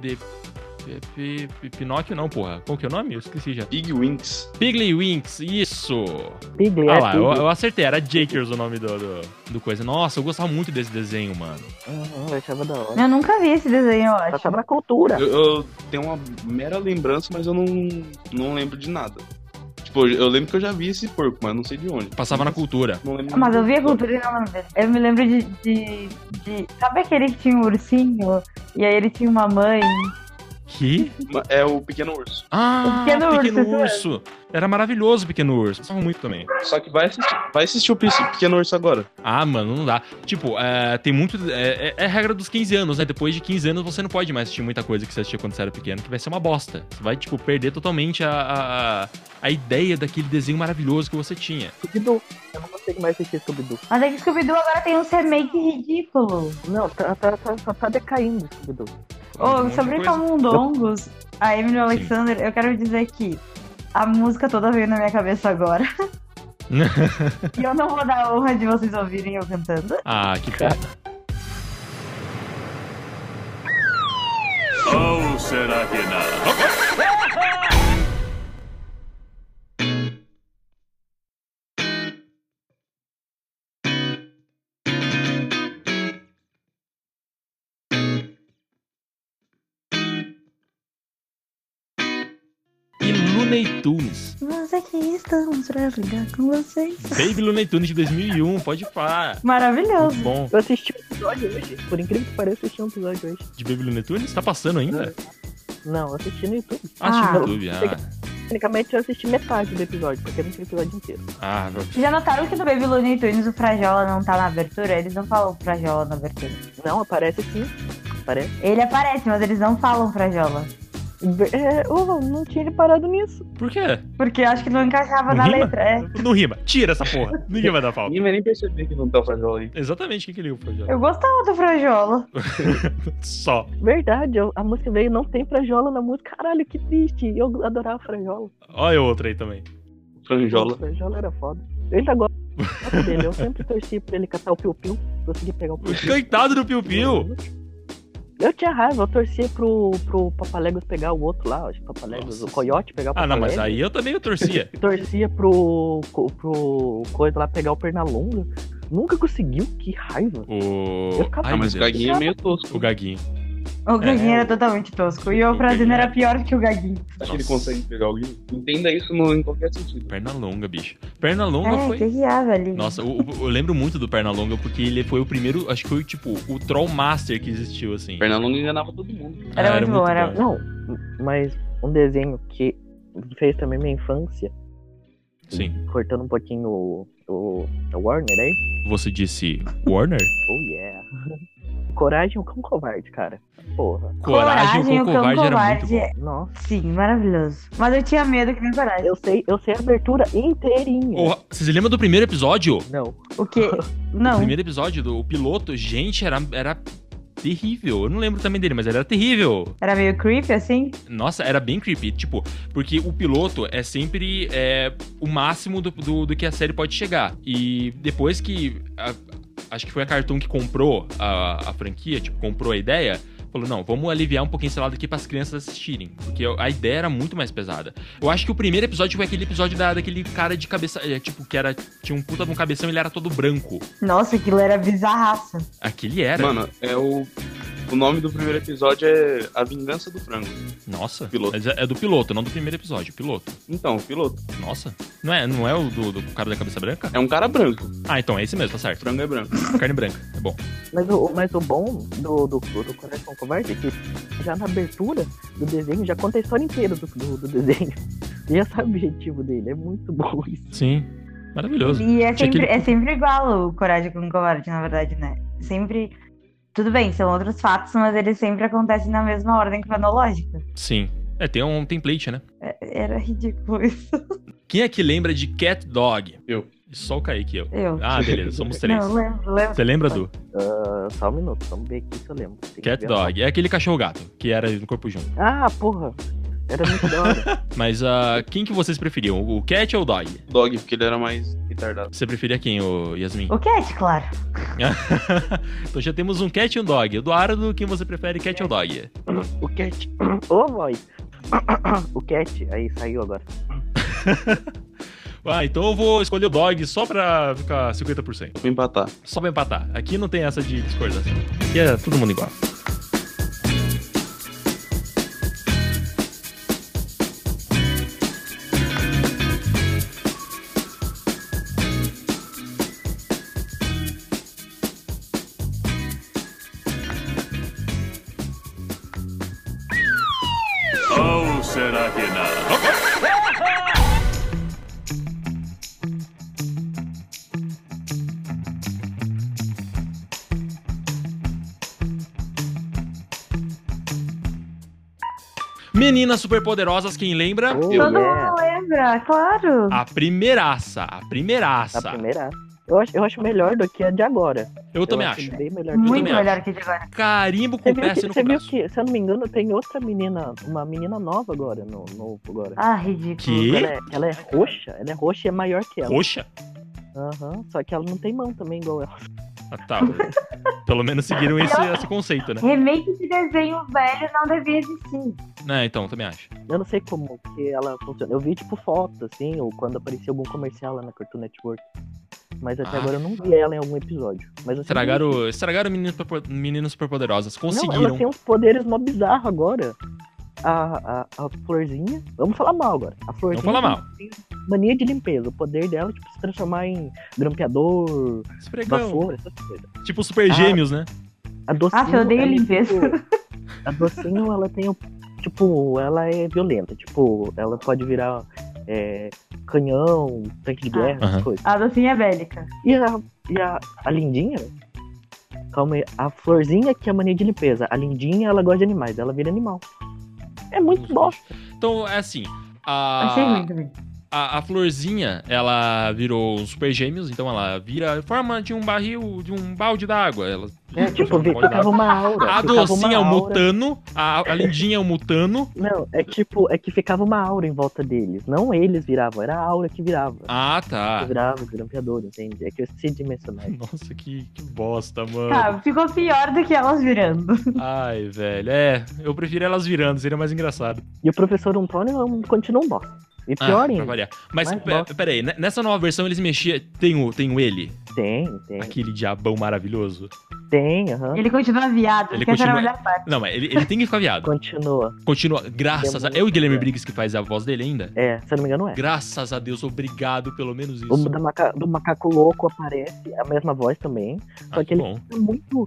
Speaker 1: de. Pe- Pe- Pe- Pinóquio não, porra. Qual que é o nome? Eu esqueci já.
Speaker 4: Big Wings.
Speaker 1: Piggly Winks, isso!
Speaker 2: Piglet,
Speaker 7: é
Speaker 1: Ah lá, eu,
Speaker 2: Piglet.
Speaker 1: eu acertei, era Jakers o nome do, do, do coisa. Nossa, eu gostava muito desse desenho, mano.
Speaker 2: Uhum, eu achava da hora.
Speaker 7: Eu nunca vi esse desenho, eu acho.
Speaker 2: Passava na
Speaker 7: Tá.
Speaker 2: cultura.
Speaker 4: Eu, eu tenho uma mera lembrança, mas eu não, não lembro de nada. Tipo, eu lembro que eu já vi esse porco, mas eu não sei de onde.
Speaker 1: Passava na cultura.
Speaker 4: Não lembro.
Speaker 7: Ah, Mas eu vi a cultura e não lembro dele. Eu me lembro de, de, de- Sabe aquele que tinha um ursinho? E aí ele tinha uma mãe.
Speaker 1: Que?
Speaker 4: É o Pequeno Urso.
Speaker 1: Ah,
Speaker 7: O Pequeno
Speaker 1: Pequeno,
Speaker 7: Urso,
Speaker 1: Urso. Era maravilhoso o Pequeno Urso. Gostava muito também.
Speaker 4: Só que vai assistir, vai assistir o Pe- Pequeno Urso agora.
Speaker 1: Ah, mano, não dá. Tipo, é, tem muito. É, é- é a regra dos 15 anos, né? Depois de 15 anos você não pode mais assistir muita coisa que você assistia quando você era pequeno, que vai ser uma bosta. Você vai, tipo, perder totalmente a, a, a- a ideia daquele desenho maravilhoso que você tinha.
Speaker 2: Scooby-Doo. Eu não consigo mais assistir Scooby-Doo.
Speaker 7: Mas é que Scooby-Doo agora tem um remake ridículo.
Speaker 2: Não, tá, tá, tá, só tá decaindo Scooby-Doo.
Speaker 7: Ô,
Speaker 1: Um monte de
Speaker 7: sobre
Speaker 1: coisa.
Speaker 7: camundongos, a Emily Alexander, eu quero dizer que a música toda veio na minha
Speaker 1: [LAUGHS]
Speaker 7: cabeça agora. e eu não vou dar a honra de vocês ouvirem eu cantando.
Speaker 1: Ah, que pena.
Speaker 8: Ou será que não?
Speaker 1: E Looney Tunes.
Speaker 7: Nós aqui é estamos pra brigar com vocês.
Speaker 1: Baby Looney Tunes de 2001, pode pá.
Speaker 7: Maravilhoso.
Speaker 1: Muito bom.
Speaker 2: Eu assisti um episódio hoje. Por incrível que pareça, eu assisti um episódio hoje.
Speaker 1: De Baby Looney Tunes? Tá passando ainda?
Speaker 2: Não, eu assisti no YouTube.
Speaker 1: Ah, assisti
Speaker 7: Ah.
Speaker 1: no YouTube. Ah,
Speaker 2: Tecnicamente, eu assisti metade do episódio, porque eu não tinha o episódio inteiro.
Speaker 1: ah meu-
Speaker 7: Já notaram que no Baby Looney Tunes o Frajola não tá na abertura? Eles não falam Frajola na abertura.
Speaker 2: Não, aparece sim. Aparece.
Speaker 7: Ele aparece, mas eles não falam Frajola.
Speaker 2: É, oh, não tinha reparado nisso.
Speaker 1: por quê?
Speaker 7: Porque eu acho que não encaixava
Speaker 1: Não
Speaker 7: na
Speaker 1: rima?
Speaker 7: letra. É.
Speaker 1: Não rima. Tira essa porra. Ninguém vai dar falta.
Speaker 4: Ninguém vai nem perceber que não tá o Frajola aí.
Speaker 1: Exatamente o que, que ele liga pro projeto.
Speaker 7: Eu gostava do Frajola.
Speaker 1: Só.
Speaker 2: Verdade, eu- a música veio não tem frajola na música. Caralho, que triste. Eu adorava frajola.
Speaker 1: Olha outra aí também.
Speaker 4: Franjola.
Speaker 2: Frajola era foda. Eu ainda gosto dele. Eu sempre torci pra ele catar o piu-piu. Consegui pegar o piu-piu.
Speaker 1: Coitado do Piu Piu.
Speaker 2: Eu tinha raiva, eu torcia pro, pro Papalegos pegar o outro lá, acho que Papalegos,
Speaker 1: Nossa.
Speaker 2: o Coyote pegar o
Speaker 1: Ah, não, mas
Speaker 2: Papalegos.
Speaker 1: aí eu também eu torcia.
Speaker 2: Torcia pro, co- pro Coisa lá pegar o Pernalonga. Nunca conseguiu, que raiva.
Speaker 1: O.
Speaker 2: Eu ficava-
Speaker 1: Ai,
Speaker 4: ah,
Speaker 1: meu
Speaker 4: mas o
Speaker 1: Deus.
Speaker 4: Gaguinho é meio tosco.
Speaker 1: O Gaguinho.
Speaker 7: O Gaguinho
Speaker 2: É.
Speaker 7: era totalmente tosco. E o
Speaker 1: O Gaguinho é.
Speaker 7: Frazino era
Speaker 1: era-
Speaker 7: pior que o Gaguinho.
Speaker 4: Acho que ele
Speaker 1: Nossa.
Speaker 4: consegue pegar alguém. Entenda isso no- em qualquer sentido.
Speaker 1: Perna longa, bicho. Perna longa
Speaker 7: É,
Speaker 1: foi.
Speaker 7: que que é, velho?
Speaker 1: Nossa, o- o- eu, lembro muito do Pernalonga, porque ele foi o primeiro, acho que foi, tipo, o Troll Master que existiu, assim. Ah,
Speaker 4: Pernalonga enganava todo mundo.
Speaker 7: Era muito bom, era-
Speaker 2: Ah, Não, mas um desenho que fez também minha infância,
Speaker 1: Sim.
Speaker 2: cortando um pouquinho o, o, o Warner aí.
Speaker 1: Você disse Warner?
Speaker 2: Oh yeah. [LAUGHS] Coragem o Cão Covarde, cara. Porra.
Speaker 1: Coragem, o Cão Covarde era muito bom.
Speaker 2: Nossa.
Speaker 7: é- Sim, maravilhoso. Mas eu tinha medo que nem coragem.
Speaker 2: Eu sei, eu sei a abertura inteirinha.
Speaker 1: Porra, vocês lembram do primeiro episódio?
Speaker 2: Não.
Speaker 7: O quê?
Speaker 1: O
Speaker 7: Não.
Speaker 1: primeiro episódio do o piloto, gente, era, era terrível. Eu não lembro também dele, mas era terrível.
Speaker 7: Era meio creepy, assim?
Speaker 1: Nossa, era bem creepy. Tipo, porque o piloto é sempre é, o máximo do, do, do que a série pode chegar. E depois que. a- acho que foi a Cartoon que comprou a, a franquia, tipo, comprou a ideia. Falou, não, vamos aliviar um pouquinho esse lado aqui pras crianças assistirem. Porque a ideia era muito mais pesada. Eu acho que o primeiro episódio foi aquele episódio da, daquele cara de cabeça. é, Tipo, que era. Tinha um puta de um cabeção e ele era todo branco.
Speaker 7: Nossa, aquilo era bizarraça.
Speaker 1: Aquele era.
Speaker 4: Mano, é o. O nome do primeiro episódio é A Vingança do Frango.
Speaker 1: Nossa.
Speaker 4: Piloto.
Speaker 1: Mas É é do piloto, não do primeiro episódio. Piloto.
Speaker 4: Então, o piloto.
Speaker 1: Nossa. Não é, não é o do, do cara da cabeça branca?
Speaker 4: É um cara branco.
Speaker 1: Ah, então é esse mesmo, tá
Speaker 4: O
Speaker 1: certo.
Speaker 4: frango é branco.
Speaker 1: Carne branca. É bom.
Speaker 2: [LAUGHS] Mas o, mas o bom do, do, do Coração Covarde é que já na abertura do desenho já conta a história inteira do, do, do desenho. [LAUGHS] Você já sabe o objetivo dele. É muito bom isso.
Speaker 1: Sim. Maravilhoso.
Speaker 7: E é
Speaker 1: Tinha
Speaker 7: sempre,
Speaker 1: aquele-
Speaker 7: é sempre igual o Coragem com Covarde, na verdade, né? Sempre. Tudo bem, são outros fatos, mas eles sempre acontecem na mesma ordem cronológica.
Speaker 1: Sim. É, tem um template, né?
Speaker 7: É- Era ridículo isso.
Speaker 1: Quem é que lembra de Cat Dog?
Speaker 4: Eu.
Speaker 1: Só o Kaique e eu.
Speaker 7: Eu.
Speaker 1: Ah, beleza,
Speaker 7: [LAUGHS]
Speaker 1: somos três.
Speaker 7: Não, é lembro, lembro.
Speaker 1: Você lembra do
Speaker 2: Ah, só um minuto, vamos ver aqui se eu lembro. Tem que
Speaker 1: Cat
Speaker 2: ver a
Speaker 1: Dog? É aquele cachorro gato que era no corpo junto.
Speaker 2: foto. Ah, porra. Era muito da hora.
Speaker 1: Mas ah, quem que vocês preferiam? O Cat ou o Dog?
Speaker 4: Dog, porque ele era mais retardado.
Speaker 1: Você preferia quem, o Yasmin?
Speaker 7: O Cat, claro.
Speaker 1: [LAUGHS] então já temos um Cat e um Dog. Eduardo, quem você prefere, Cat ou Dog?
Speaker 2: O Cat. [CLEARS THROAT] Ô, voz. O Cat. Aí, saiu agora.
Speaker 1: Ah, então eu vou escolher o Dog só pra ficar 50%.
Speaker 4: Vou empatar.
Speaker 1: Só pra empatar. Aqui não tem essa de discordância. Aqui é todo mundo igual.
Speaker 8: Ou será que não?
Speaker 1: Meninas Superpoderosas, quem lembra?
Speaker 2: Oh,
Speaker 4: Eu
Speaker 7: Todo
Speaker 2: yeah.
Speaker 7: mundo lembra, claro.
Speaker 1: A primeiraça, a primeiraça.
Speaker 2: A primeira. Eu acho, eu acho melhor do que a de agora.
Speaker 1: Eu também acho.
Speaker 2: Bem melhor do que
Speaker 7: Muito
Speaker 1: também
Speaker 7: melhor que a de agora.
Speaker 1: Carimbo com
Speaker 2: Você viu,
Speaker 1: peça
Speaker 2: que,
Speaker 1: no
Speaker 2: você viu
Speaker 1: braço.
Speaker 2: que, se eu não me engano, tem outra menina, uma menina nova agora, no, novo agora.
Speaker 7: Ah, ridículo.
Speaker 1: Que?
Speaker 2: Ela é, ela é roxa, ela é roxa e é maior que ela.
Speaker 1: Roxa?
Speaker 2: Aham, só que ela não tem mão também igual ela.
Speaker 1: Ah, tá. Pelo menos seguiram esse, esse conceito, né?
Speaker 7: Remake de desenho velho não devia existir.
Speaker 1: Né, então, também acho.
Speaker 2: Eu não sei como que ela funciona. Eu vi, tipo, foto, assim, ou quando aparecia algum comercial lá na Cartoon Network. Mas até
Speaker 1: Ah.
Speaker 2: agora eu não vi ela em algum episódio. Mas eu sei que-
Speaker 1: Estragaram, estragaram meninas, Superpo- meninas superpoderosas.
Speaker 2: Não, um
Speaker 1: Conseguiram.
Speaker 2: ela tem uns poderes mó bizarros agora. A, a, a florzinha. Vamos falar mal agora. A
Speaker 1: Não
Speaker 2: florzinha.
Speaker 1: fala mal.
Speaker 2: Mania de limpeza. O poder dela, tipo, se transformar em grampeador,
Speaker 1: Esfregão.
Speaker 2: vassoura, essas coisas.
Speaker 1: é um Tipo super
Speaker 2: Ah,
Speaker 1: gêmeos, né?
Speaker 2: A docinho.
Speaker 7: Ah, eu odeio
Speaker 2: ela é,
Speaker 7: limpeza.
Speaker 2: tipo, a docinho, ela tem o. Tipo, ela é violenta. Tipo, ela pode virar é, canhão, tanque de
Speaker 7: Ah.
Speaker 2: guerra, essas
Speaker 1: Aham.
Speaker 2: coisas.
Speaker 7: A docinha bélica.
Speaker 2: E a, e a, a lindinha? Calma aí. A florzinha que é a mania de limpeza. A lindinha, ela gosta de animais. Ela vira animal. É muito
Speaker 1: Nossa,
Speaker 2: bosta.
Speaker 1: Então, é assim.
Speaker 7: Achei
Speaker 1: A,
Speaker 7: ruim também.
Speaker 1: a, a florzinha, ela virou os super gêmeos, então ela vira em forma de um barril, de um balde d'água. Ela
Speaker 2: É, tipo, vi-
Speaker 1: um balde
Speaker 2: ficava
Speaker 1: d'água.
Speaker 2: uma aura.
Speaker 1: A
Speaker 2: ficava uma
Speaker 1: docinha é um
Speaker 2: aura.
Speaker 1: mutano, a, a lindinha é um mutano.
Speaker 2: Não, é tipo, é que ficava uma aura em volta deles. Não eles viravam, era a aura que virava.
Speaker 1: Ah, tá.
Speaker 2: Que virava, que grampeador, entende? É que eu esqueci de mencionar. isso.
Speaker 1: Nossa, que, que bosta, mano.
Speaker 7: Tá, ficou pior do que elas virando.
Speaker 1: Ai, velho. É, eu prefiro elas virando, seria mais engraçado.
Speaker 2: E o professor Antônio é um- continua um bosta. E
Speaker 1: Ah,
Speaker 2: pior
Speaker 1: pra
Speaker 2: ainda.
Speaker 1: variar. Mas,
Speaker 2: Mais
Speaker 1: pe-
Speaker 2: bosta.
Speaker 1: peraí, ne- nessa nova versão eles mexiam. Tem o, tem o ele,
Speaker 2: Tem, tem,
Speaker 1: aquele diabão maravilhoso.
Speaker 2: tem, aham.
Speaker 7: Ele continua viado,
Speaker 1: Ele
Speaker 7: porque essa era a
Speaker 1: continua-
Speaker 7: melhor parte.
Speaker 1: Não, mas ele, ele tem que ficar viado.
Speaker 2: Continua.
Speaker 1: Continua. Graças a. É o Guilherme Briggs que faz a voz dele ainda?
Speaker 2: É, se eu não me engano é.
Speaker 1: Graças a Deus, obrigado pelo menos isso.
Speaker 2: O da maca- do macaco louco aparece, a mesma voz também.
Speaker 1: Ah,
Speaker 2: só que ele-
Speaker 1: bom.
Speaker 2: É muito,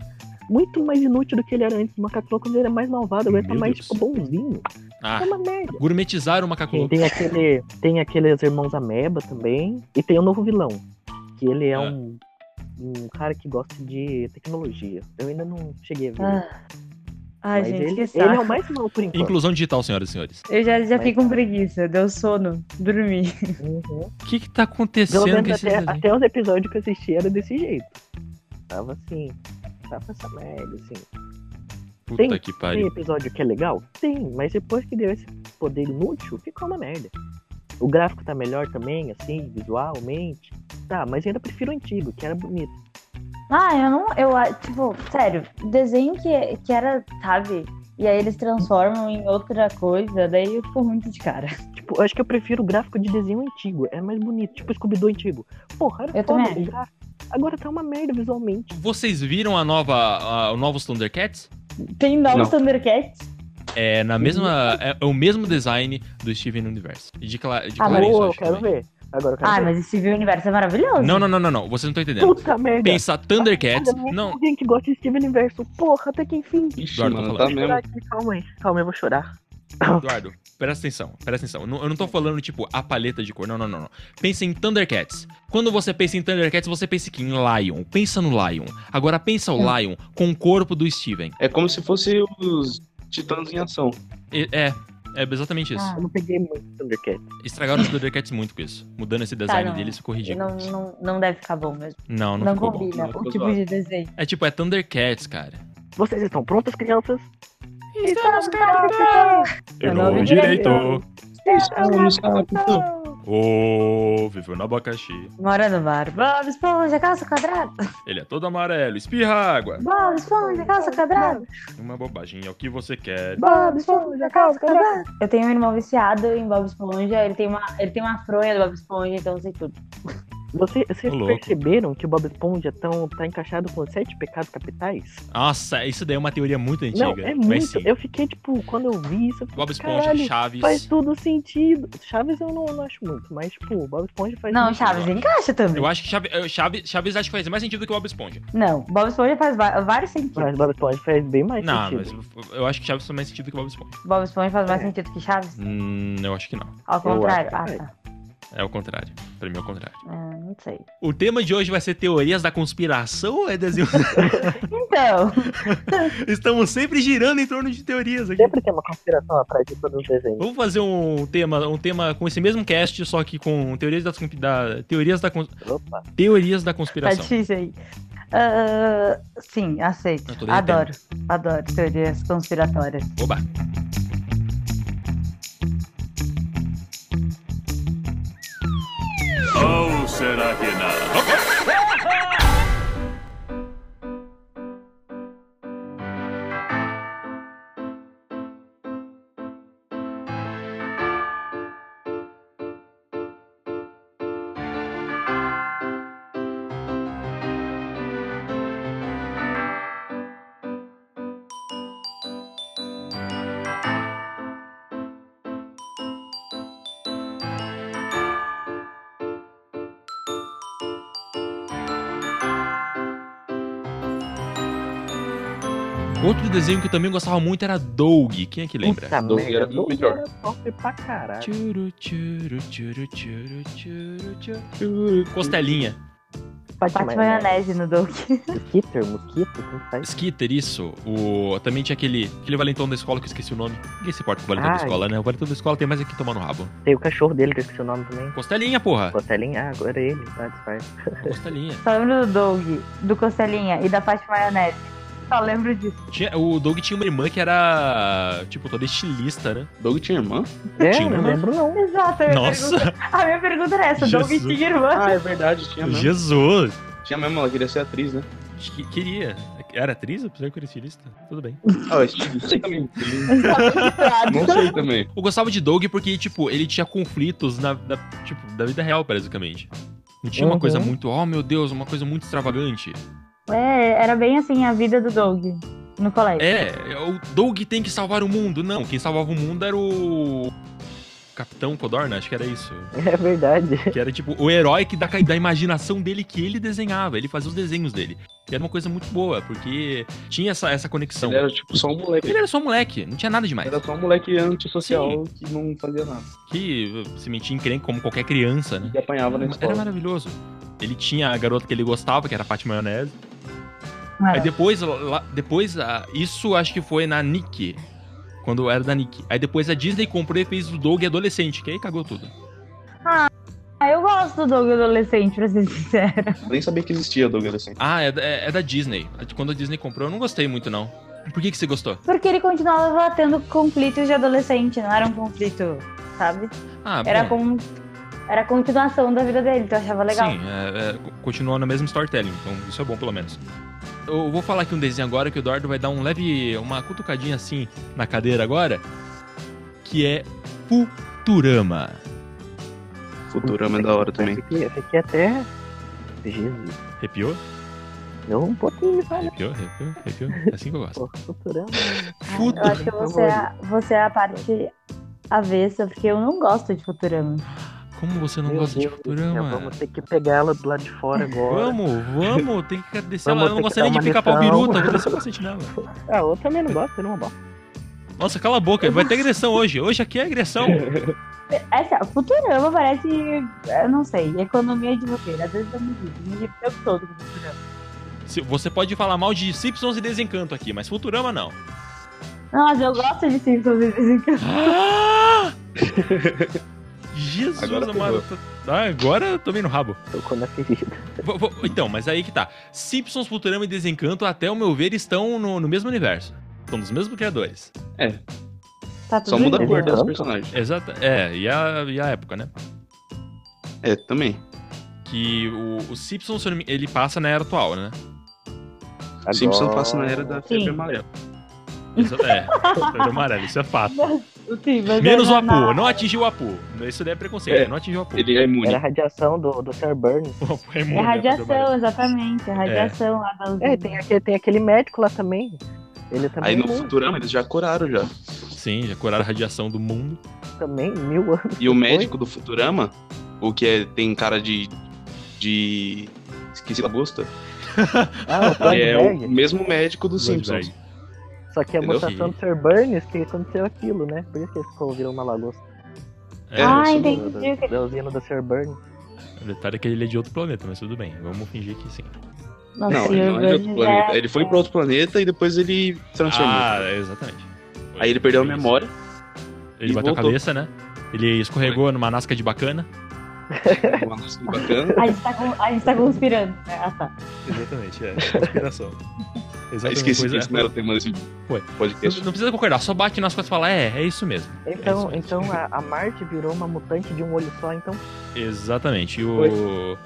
Speaker 2: muito mais inútil do que ele era antes. O macaco louco ele era mais malvado, agora ele tá
Speaker 1: Meu
Speaker 2: mais,
Speaker 1: Deus.
Speaker 2: tipo, bonzinho.
Speaker 1: Ah,
Speaker 2: É uma merda.
Speaker 1: gourmetizaram o macaco louco.
Speaker 2: Tem aquele, tem aqueles irmãos Ameba também. E tem o novo vilão. Que ele é,
Speaker 1: Ah.
Speaker 2: um, um cara que gosta de tecnologia. Eu ainda não cheguei a ver.
Speaker 7: Ah. Ai,
Speaker 2: mas
Speaker 7: gente,
Speaker 2: ele,
Speaker 7: que
Speaker 2: ele
Speaker 7: saco.
Speaker 2: é o mais mal por enquanto.
Speaker 1: Inclusão digital, senhoras e senhores.
Speaker 7: Eu já, já
Speaker 2: Mas- tá.
Speaker 7: fiquei com preguiça, deu sono, dormi.
Speaker 2: Uhum.
Speaker 1: O que que tá
Speaker 2: Pelo
Speaker 1: acontecendo com
Speaker 2: menos
Speaker 1: esse
Speaker 2: até,
Speaker 1: desenho?
Speaker 2: até os episódios que eu assisti era desse jeito. Tava assim. Tava essa merda, assim.
Speaker 1: Puta
Speaker 2: tem-
Speaker 1: que
Speaker 2: Tem
Speaker 1: pariu.
Speaker 2: episódio que é legal? Tem, mas depois que deu esse poder inútil, ficou uma merda. O gráfico tá melhor também, assim, visualmente. Tá, mas eu ainda prefiro o antigo, que era bonito.
Speaker 7: Ah, eu não. Eu, a- tipo, sério, desenho que, que era, sabe? E aí eles transformam em outra coisa, daí eu fico muito de cara.
Speaker 2: Tipo, eu acho que eu prefiro o gráfico de desenho antigo. É mais bonito. Tipo, Scooby-Doo antigo. Porra, era
Speaker 7: Eu
Speaker 2: foda
Speaker 7: também
Speaker 2: o gráfico. Agora tá uma merda visualmente.
Speaker 1: Vocês viram a nova. a- o novos Thundercats?
Speaker 7: Tem novos
Speaker 4: Não.
Speaker 7: Thundercats?
Speaker 1: É, na mesma, é, é o mesmo design do Steven Universe. E de, Cla de
Speaker 7: Ah,
Speaker 1: Clarice, eu
Speaker 2: Pô, Tá eu
Speaker 1: acho
Speaker 2: quero
Speaker 1: também.
Speaker 2: ver. Agora eu quero
Speaker 7: Ah,
Speaker 2: ver.
Speaker 7: mas esse Steven Universo é maravilhoso.
Speaker 1: Não, não, não, não, não. Vocês não estão entendendo.
Speaker 2: Puta merda.
Speaker 1: Pensa Thundercats.
Speaker 2: Olha,
Speaker 1: Não,
Speaker 2: Alguém que gosta de Steven Universo. Porra, até que enfim.
Speaker 4: Ixi,
Speaker 1: Eduardo,
Speaker 4: mano,
Speaker 1: tá
Speaker 4: tá
Speaker 2: Vou
Speaker 4: mesmo.
Speaker 2: chorar aqui, Calma aí, calma aí, eu vou chorar.
Speaker 1: Eduardo, presta atenção, presta atenção. Eu não- Eu não tô falando, tipo, a paleta de cor. Não, não, não, não. Pensa em Thundercats. Quando você pensa em Thundercats, você pensa aqui em Lion. Pensa no Lion. Agora pensa o Lion com o corpo do Steven.
Speaker 4: É como se fosse os Titãs em ação.
Speaker 1: E- é, é exatamente isso.
Speaker 7: Ah,
Speaker 2: Eu não peguei muito Thundercat.
Speaker 1: Estragaram os Thundercats muito com isso. Mudando esse design
Speaker 7: não.
Speaker 1: deles, ficou ridículo.
Speaker 7: não, não, não deve ficar bom mesmo.
Speaker 1: Não, não,
Speaker 7: Não,
Speaker 1: ficou bom.
Speaker 7: combina
Speaker 4: Não
Speaker 7: o
Speaker 4: ficou
Speaker 7: tipo
Speaker 4: zoado.
Speaker 7: de desenho.
Speaker 1: É tipo, é Thundercats, cara.
Speaker 2: Vocês estão prontas, crianças?
Speaker 7: Estamos capitão!
Speaker 1: Eu
Speaker 7: não ouvi
Speaker 1: direito.
Speaker 4: Estamos capitão.
Speaker 1: Ô, viveu no abacaxi.
Speaker 7: Mora no mar. Bob Esponja, calça quadrada.
Speaker 1: Ele é todo amarelo. Espirra água.
Speaker 7: Bob Esponja, calça quadrada.
Speaker 1: Uma bobagem, é o que você quer.
Speaker 7: Bob Esponja, calça quadrada. Eu tenho um irmão viciado em Bob Esponja. Ele tem uma, ele tem uma fronha do Bob Esponja, então eu sei tudo.
Speaker 2: Vocês, vocês
Speaker 1: Ô, louco.
Speaker 2: perceberam que o Bob Esponja tão, tá encaixado com os sete pecados capitais?
Speaker 1: Nossa, isso daí é uma teoria muito antiga.
Speaker 2: não, é
Speaker 1: mas
Speaker 2: muito.
Speaker 1: sim.
Speaker 2: Eu fiquei, tipo, quando eu vi isso, eu fiquei,
Speaker 1: Bob Esponja,
Speaker 2: caralho,
Speaker 1: Chaves.
Speaker 2: faz tudo sentido. Chaves eu não, não acho muito, mas, tipo, Bob Esponja faz
Speaker 7: Não,
Speaker 2: muito.
Speaker 7: Chaves encaixa também.
Speaker 1: Eu acho que Chaves, eu- Chaves, Chaves acho que faz mais sentido do que o Bob Esponja.
Speaker 7: Não, Bob Esponja faz va- vários sentidos.
Speaker 2: Mas Bob Esponja faz bem mais
Speaker 1: não,
Speaker 2: sentido.
Speaker 1: mas eu acho que Chaves faz mais sentido do que o Bob Esponja.
Speaker 7: Bob Esponja faz mais
Speaker 2: É.
Speaker 7: sentido que Chaves?
Speaker 1: Hum, eu acho que não.
Speaker 7: Ao contrário. Ah,
Speaker 2: acho que
Speaker 7: tá.
Speaker 1: É o contrário. Pra mim é o contrário.
Speaker 7: Ah, não sei.
Speaker 1: O tema de hoje vai ser teorias da conspiração ou é desenho? [LAUGHS]
Speaker 7: Então, [LAUGHS]
Speaker 1: Estamos sempre girando em torno de teorias aqui.
Speaker 2: Sempre tem uma conspiração atrás de todos os desenhos.
Speaker 1: Vamos fazer um tema, um tema com esse mesmo cast, só que com teorias das consp- da, teorias da cons-
Speaker 2: Opa.
Speaker 1: teorias da
Speaker 7: tá
Speaker 1: conspiração.
Speaker 7: difícil aí. Ah, sim, aceito.
Speaker 1: Eu tô derretendo.
Speaker 7: Adoro. Adoro teorias conspiratórias.
Speaker 1: Oba.
Speaker 8: Oh, será que não?
Speaker 1: Outro desenho que eu também gostava muito era Doug. Quem é que lembra?
Speaker 2: Puta
Speaker 4: Doug
Speaker 2: merda,
Speaker 4: era muito
Speaker 2: Doug
Speaker 4: melhor.
Speaker 2: era top pra caralho.
Speaker 1: Tchuru, tchuru, tchuru, tchuru, tchuru, tchuru, tchuru. Costelinha.
Speaker 7: Bate maionese no Doug.
Speaker 2: Mosquito, mosquito, como que faz?
Speaker 1: Skitter, isso. O... Também tinha aquele, aquele valentão da escola que eu esqueci o nome. Ninguém se importa com o valentão da
Speaker 2: Ai.
Speaker 1: escola, né? O valentão da escola tem mais aqui tomando rabo.
Speaker 2: Tem o cachorro dele, que eu esqueci o nome também.
Speaker 1: Costelinha, porra.
Speaker 2: Costelinha, ah, agora é ele, tá disfarce.
Speaker 1: Costelinha.
Speaker 7: Só lembro do Doug, do Costelinha e da Pate Maionese. Só lembro disso.
Speaker 1: Tinha... O Doug tinha uma irmã que era, tipo, toda estilista, né?
Speaker 4: Doug tinha irmã?
Speaker 2: É,
Speaker 1: Tinha,
Speaker 2: não
Speaker 1: né?
Speaker 2: lembro não. [LAUGHS]
Speaker 7: Exato. a minha
Speaker 1: Nossa,
Speaker 7: pergunta- A minha pergunta era essa. Doug
Speaker 1: Jesus.
Speaker 7: tinha irmã.
Speaker 4: Ah, é verdade, tinha mesmo.
Speaker 1: Jesus.
Speaker 4: Tinha mesmo, ela queria ser atriz, né?
Speaker 1: Que- Queria. Era atriz, apesar que era estilista? Tudo bem.
Speaker 4: Ah, eu sei também.
Speaker 7: Ah, [LAUGHS]
Speaker 4: Não
Speaker 7: Sabe?
Speaker 4: sei também.
Speaker 1: Eu gostava de Doug porque, tipo, ele tinha conflitos na, da, tipo, da vida real, basicamente. Não tinha uma
Speaker 2: Uhum.
Speaker 1: coisa muito, oh meu Deus, uma coisa muito extravagante.
Speaker 7: É, era bem assim a vida do Doug no colégio.
Speaker 1: É, o Doug tem que salvar o mundo. Não, quem salvava o mundo era o. Capitão Codorna, acho que era isso.
Speaker 2: É verdade.
Speaker 1: Que era tipo o herói que da, da imaginação dele que ele desenhava, ele fazia os desenhos dele. E era uma coisa muito boa, porque tinha essa, essa conexão.
Speaker 4: Ele era tipo só um moleque.
Speaker 1: Ele era só um moleque, não tinha nada demais.
Speaker 4: Era só um moleque antissocial que não fazia nada.
Speaker 1: Que se mentia em crente como qualquer criança, né?
Speaker 4: E apanhava na
Speaker 1: Era
Speaker 4: escola.
Speaker 1: maravilhoso. Ele tinha a garota que ele gostava, que era a Paty Maionese. Aí
Speaker 4: É.
Speaker 7: Mano,
Speaker 1: depois, lá- depois ah, isso acho que foi na Nick. Quando era da Nick. Aí depois a Disney comprou e fez o Doug adolescente, que aí cagou tudo.
Speaker 7: ah, eu gosto do Doug adolescente, pra ser sincero.
Speaker 4: Nem sabia que existia Doug assim.
Speaker 1: Ah, é, da- é- é da Disney. Quando a Disney comprou, eu não gostei muito, não. Por que, que você gostou?
Speaker 7: Porque ele continuava tendo conflitos de adolescente, não era um conflito, sabe?
Speaker 1: Ah,
Speaker 7: Era
Speaker 1: bom,
Speaker 7: como. Era a continuação da vida dele, então eu
Speaker 2: Tá
Speaker 7: achava legal.
Speaker 1: Sim, é, é, co- continua na mesma storytelling, então isso é bom pelo menos. Eu vou falar aqui um desenho agora que o Eduardo vai dar um leve. uma cutucadinha assim na cadeira agora. Que é Futurama.
Speaker 4: Futurama é da hora também.
Speaker 2: Esse aqui, esse aqui até. Jesus.
Speaker 1: Arrepiou?
Speaker 2: Eu um pouquinho, sabe?
Speaker 1: Arrepiou, arrepiou, arrepiou. É assim que eu
Speaker 2: [LAUGHS]
Speaker 1: gosto.
Speaker 2: Pô, cultural. Ah,
Speaker 7: Eu acho que você é, a- você é a parte avessa, porque eu não gosto de Futurama.
Speaker 1: Como você não
Speaker 2: Meu
Speaker 1: gosta de
Speaker 2: Deus do céu,
Speaker 1: Futurama?
Speaker 2: Vamos ter que pegá-la do lado de fora
Speaker 4: [LAUGHS]
Speaker 2: agora.
Speaker 1: Vamos, vamos, tem que descer
Speaker 2: Vamos
Speaker 1: ela. Eu não
Speaker 2: ter que
Speaker 1: gosto nem
Speaker 2: dar
Speaker 1: de
Speaker 2: uma
Speaker 1: picar pau
Speaker 2: lição.
Speaker 1: biruta, vou descer bastante nela.
Speaker 2: Ah, eu também não gosto, eu não gosto.
Speaker 1: Nossa, cala a boca, vai ter agressão hoje. Hoje aqui é
Speaker 2: [LAUGHS]
Speaker 1: agressão.
Speaker 7: Essa, É assim, Futurama parece, eu não sei, economia de roteiro. Às vezes eu me digo, me digo o tempo todo com Futurama.
Speaker 1: Se- Você pode falar mal de Simpsons e Desencanto aqui, mas Futurama não.
Speaker 7: Nossa, eu gosto de Simpsons de vez em quando.
Speaker 1: Ah! [LAUGHS] Jesus
Speaker 4: Agora
Speaker 1: amado. Ah, agora eu tomei no rabo.
Speaker 2: Tô com a ferida.
Speaker 1: Vou- vou- Então, mas aí que tá. Simpsons, Futurama e Desencanto, até o meu ver, estão no, no mesmo universo. São dos mesmos criadores.
Speaker 7: Tá tudo
Speaker 4: Só muda a
Speaker 7: junto.
Speaker 4: cor dos
Speaker 2: Encanto?
Speaker 4: personagens.
Speaker 1: Exato. É, e a, e a época, né?
Speaker 4: É, também.
Speaker 1: Que o, o Simpsons, se eu não me- ele passa na era atual, né?
Speaker 2: Agora...
Speaker 4: Simpson passa na era da febre
Speaker 7: Sim.
Speaker 4: amarela.
Speaker 1: Exato, é. Era amarelo, isso é fato.
Speaker 7: Sim, mas é
Speaker 1: Menos
Speaker 7: eu
Speaker 1: o
Speaker 7: já não-
Speaker 1: Apu, não atingiu o Apu. Isso daí é preconceito,
Speaker 4: É.
Speaker 1: não atingiu o Apu. [LAUGHS]
Speaker 4: Ele é imune.
Speaker 2: Era a radiação do, do Sr. Burns.
Speaker 1: O Apu é
Speaker 7: É
Speaker 1: imune, né, pra
Speaker 7: radiação,
Speaker 1: amarelo.
Speaker 7: exatamente. A
Speaker 1: É.
Speaker 7: radiação lá dos.
Speaker 2: É, tem aquele, tem aquele médico lá também. Ele também,
Speaker 4: Aí no
Speaker 2: morre,
Speaker 4: Futurama eles já curaram já.
Speaker 1: Sim, já curaram a radiação do mundo.
Speaker 2: também, mil anos.
Speaker 4: E o médico do Futurama, o que é- tem cara de. de. esqueci da bosta,
Speaker 2: Ah, o Tom
Speaker 4: é o
Speaker 2: Berg.
Speaker 4: mesmo médico do
Speaker 1: Simpsons.
Speaker 4: Simpsons.
Speaker 2: Só que a
Speaker 4: Entendeu?
Speaker 2: mutação do Sr. Burns que aconteceu aquilo, né? Por isso que eles conviram uma lagosta.
Speaker 1: É,
Speaker 7: Ah,
Speaker 4: isso
Speaker 7: entendi.
Speaker 2: Da, da, da usina do Sr. Burns.
Speaker 1: o detalhe é que ele é de outro planeta, mas tudo bem. Vamos fingir que sim.
Speaker 7: Nossa,
Speaker 4: Não,
Speaker 7: e
Speaker 4: ele
Speaker 7: o
Speaker 4: não é de outro
Speaker 7: Burns
Speaker 4: planeta.
Speaker 7: é-
Speaker 4: Ele foi pra outro planeta e depois ele transformou.
Speaker 1: Ah, exatamente.
Speaker 4: né? Aí ele perdeu a
Speaker 1: Isso.
Speaker 4: memória.
Speaker 1: Ele
Speaker 4: e
Speaker 1: bateu a
Speaker 4: voltou.
Speaker 1: cabeça, né? Ele escorregou numa nasca de bacana.
Speaker 4: uma nossa que bacana.
Speaker 7: A gente, tá com- a gente tá conspirando, né? Ah, tá.
Speaker 1: Exatamente, é. [LAUGHS] Inspiração.
Speaker 4: Aí
Speaker 1: Exatamente.
Speaker 4: esqueci né?
Speaker 1: pois
Speaker 4: que
Speaker 1: é.
Speaker 4: isso não era o tema desse
Speaker 1: Foi.
Speaker 4: podcast.
Speaker 1: Não, não precisa concordar, só bate nas costas e fala, é, é isso mesmo.
Speaker 2: Então,
Speaker 1: É isso,
Speaker 2: então a, a Marte virou uma mutante de um olho só, então
Speaker 1: Exatamente. E
Speaker 2: Foi.
Speaker 1: o.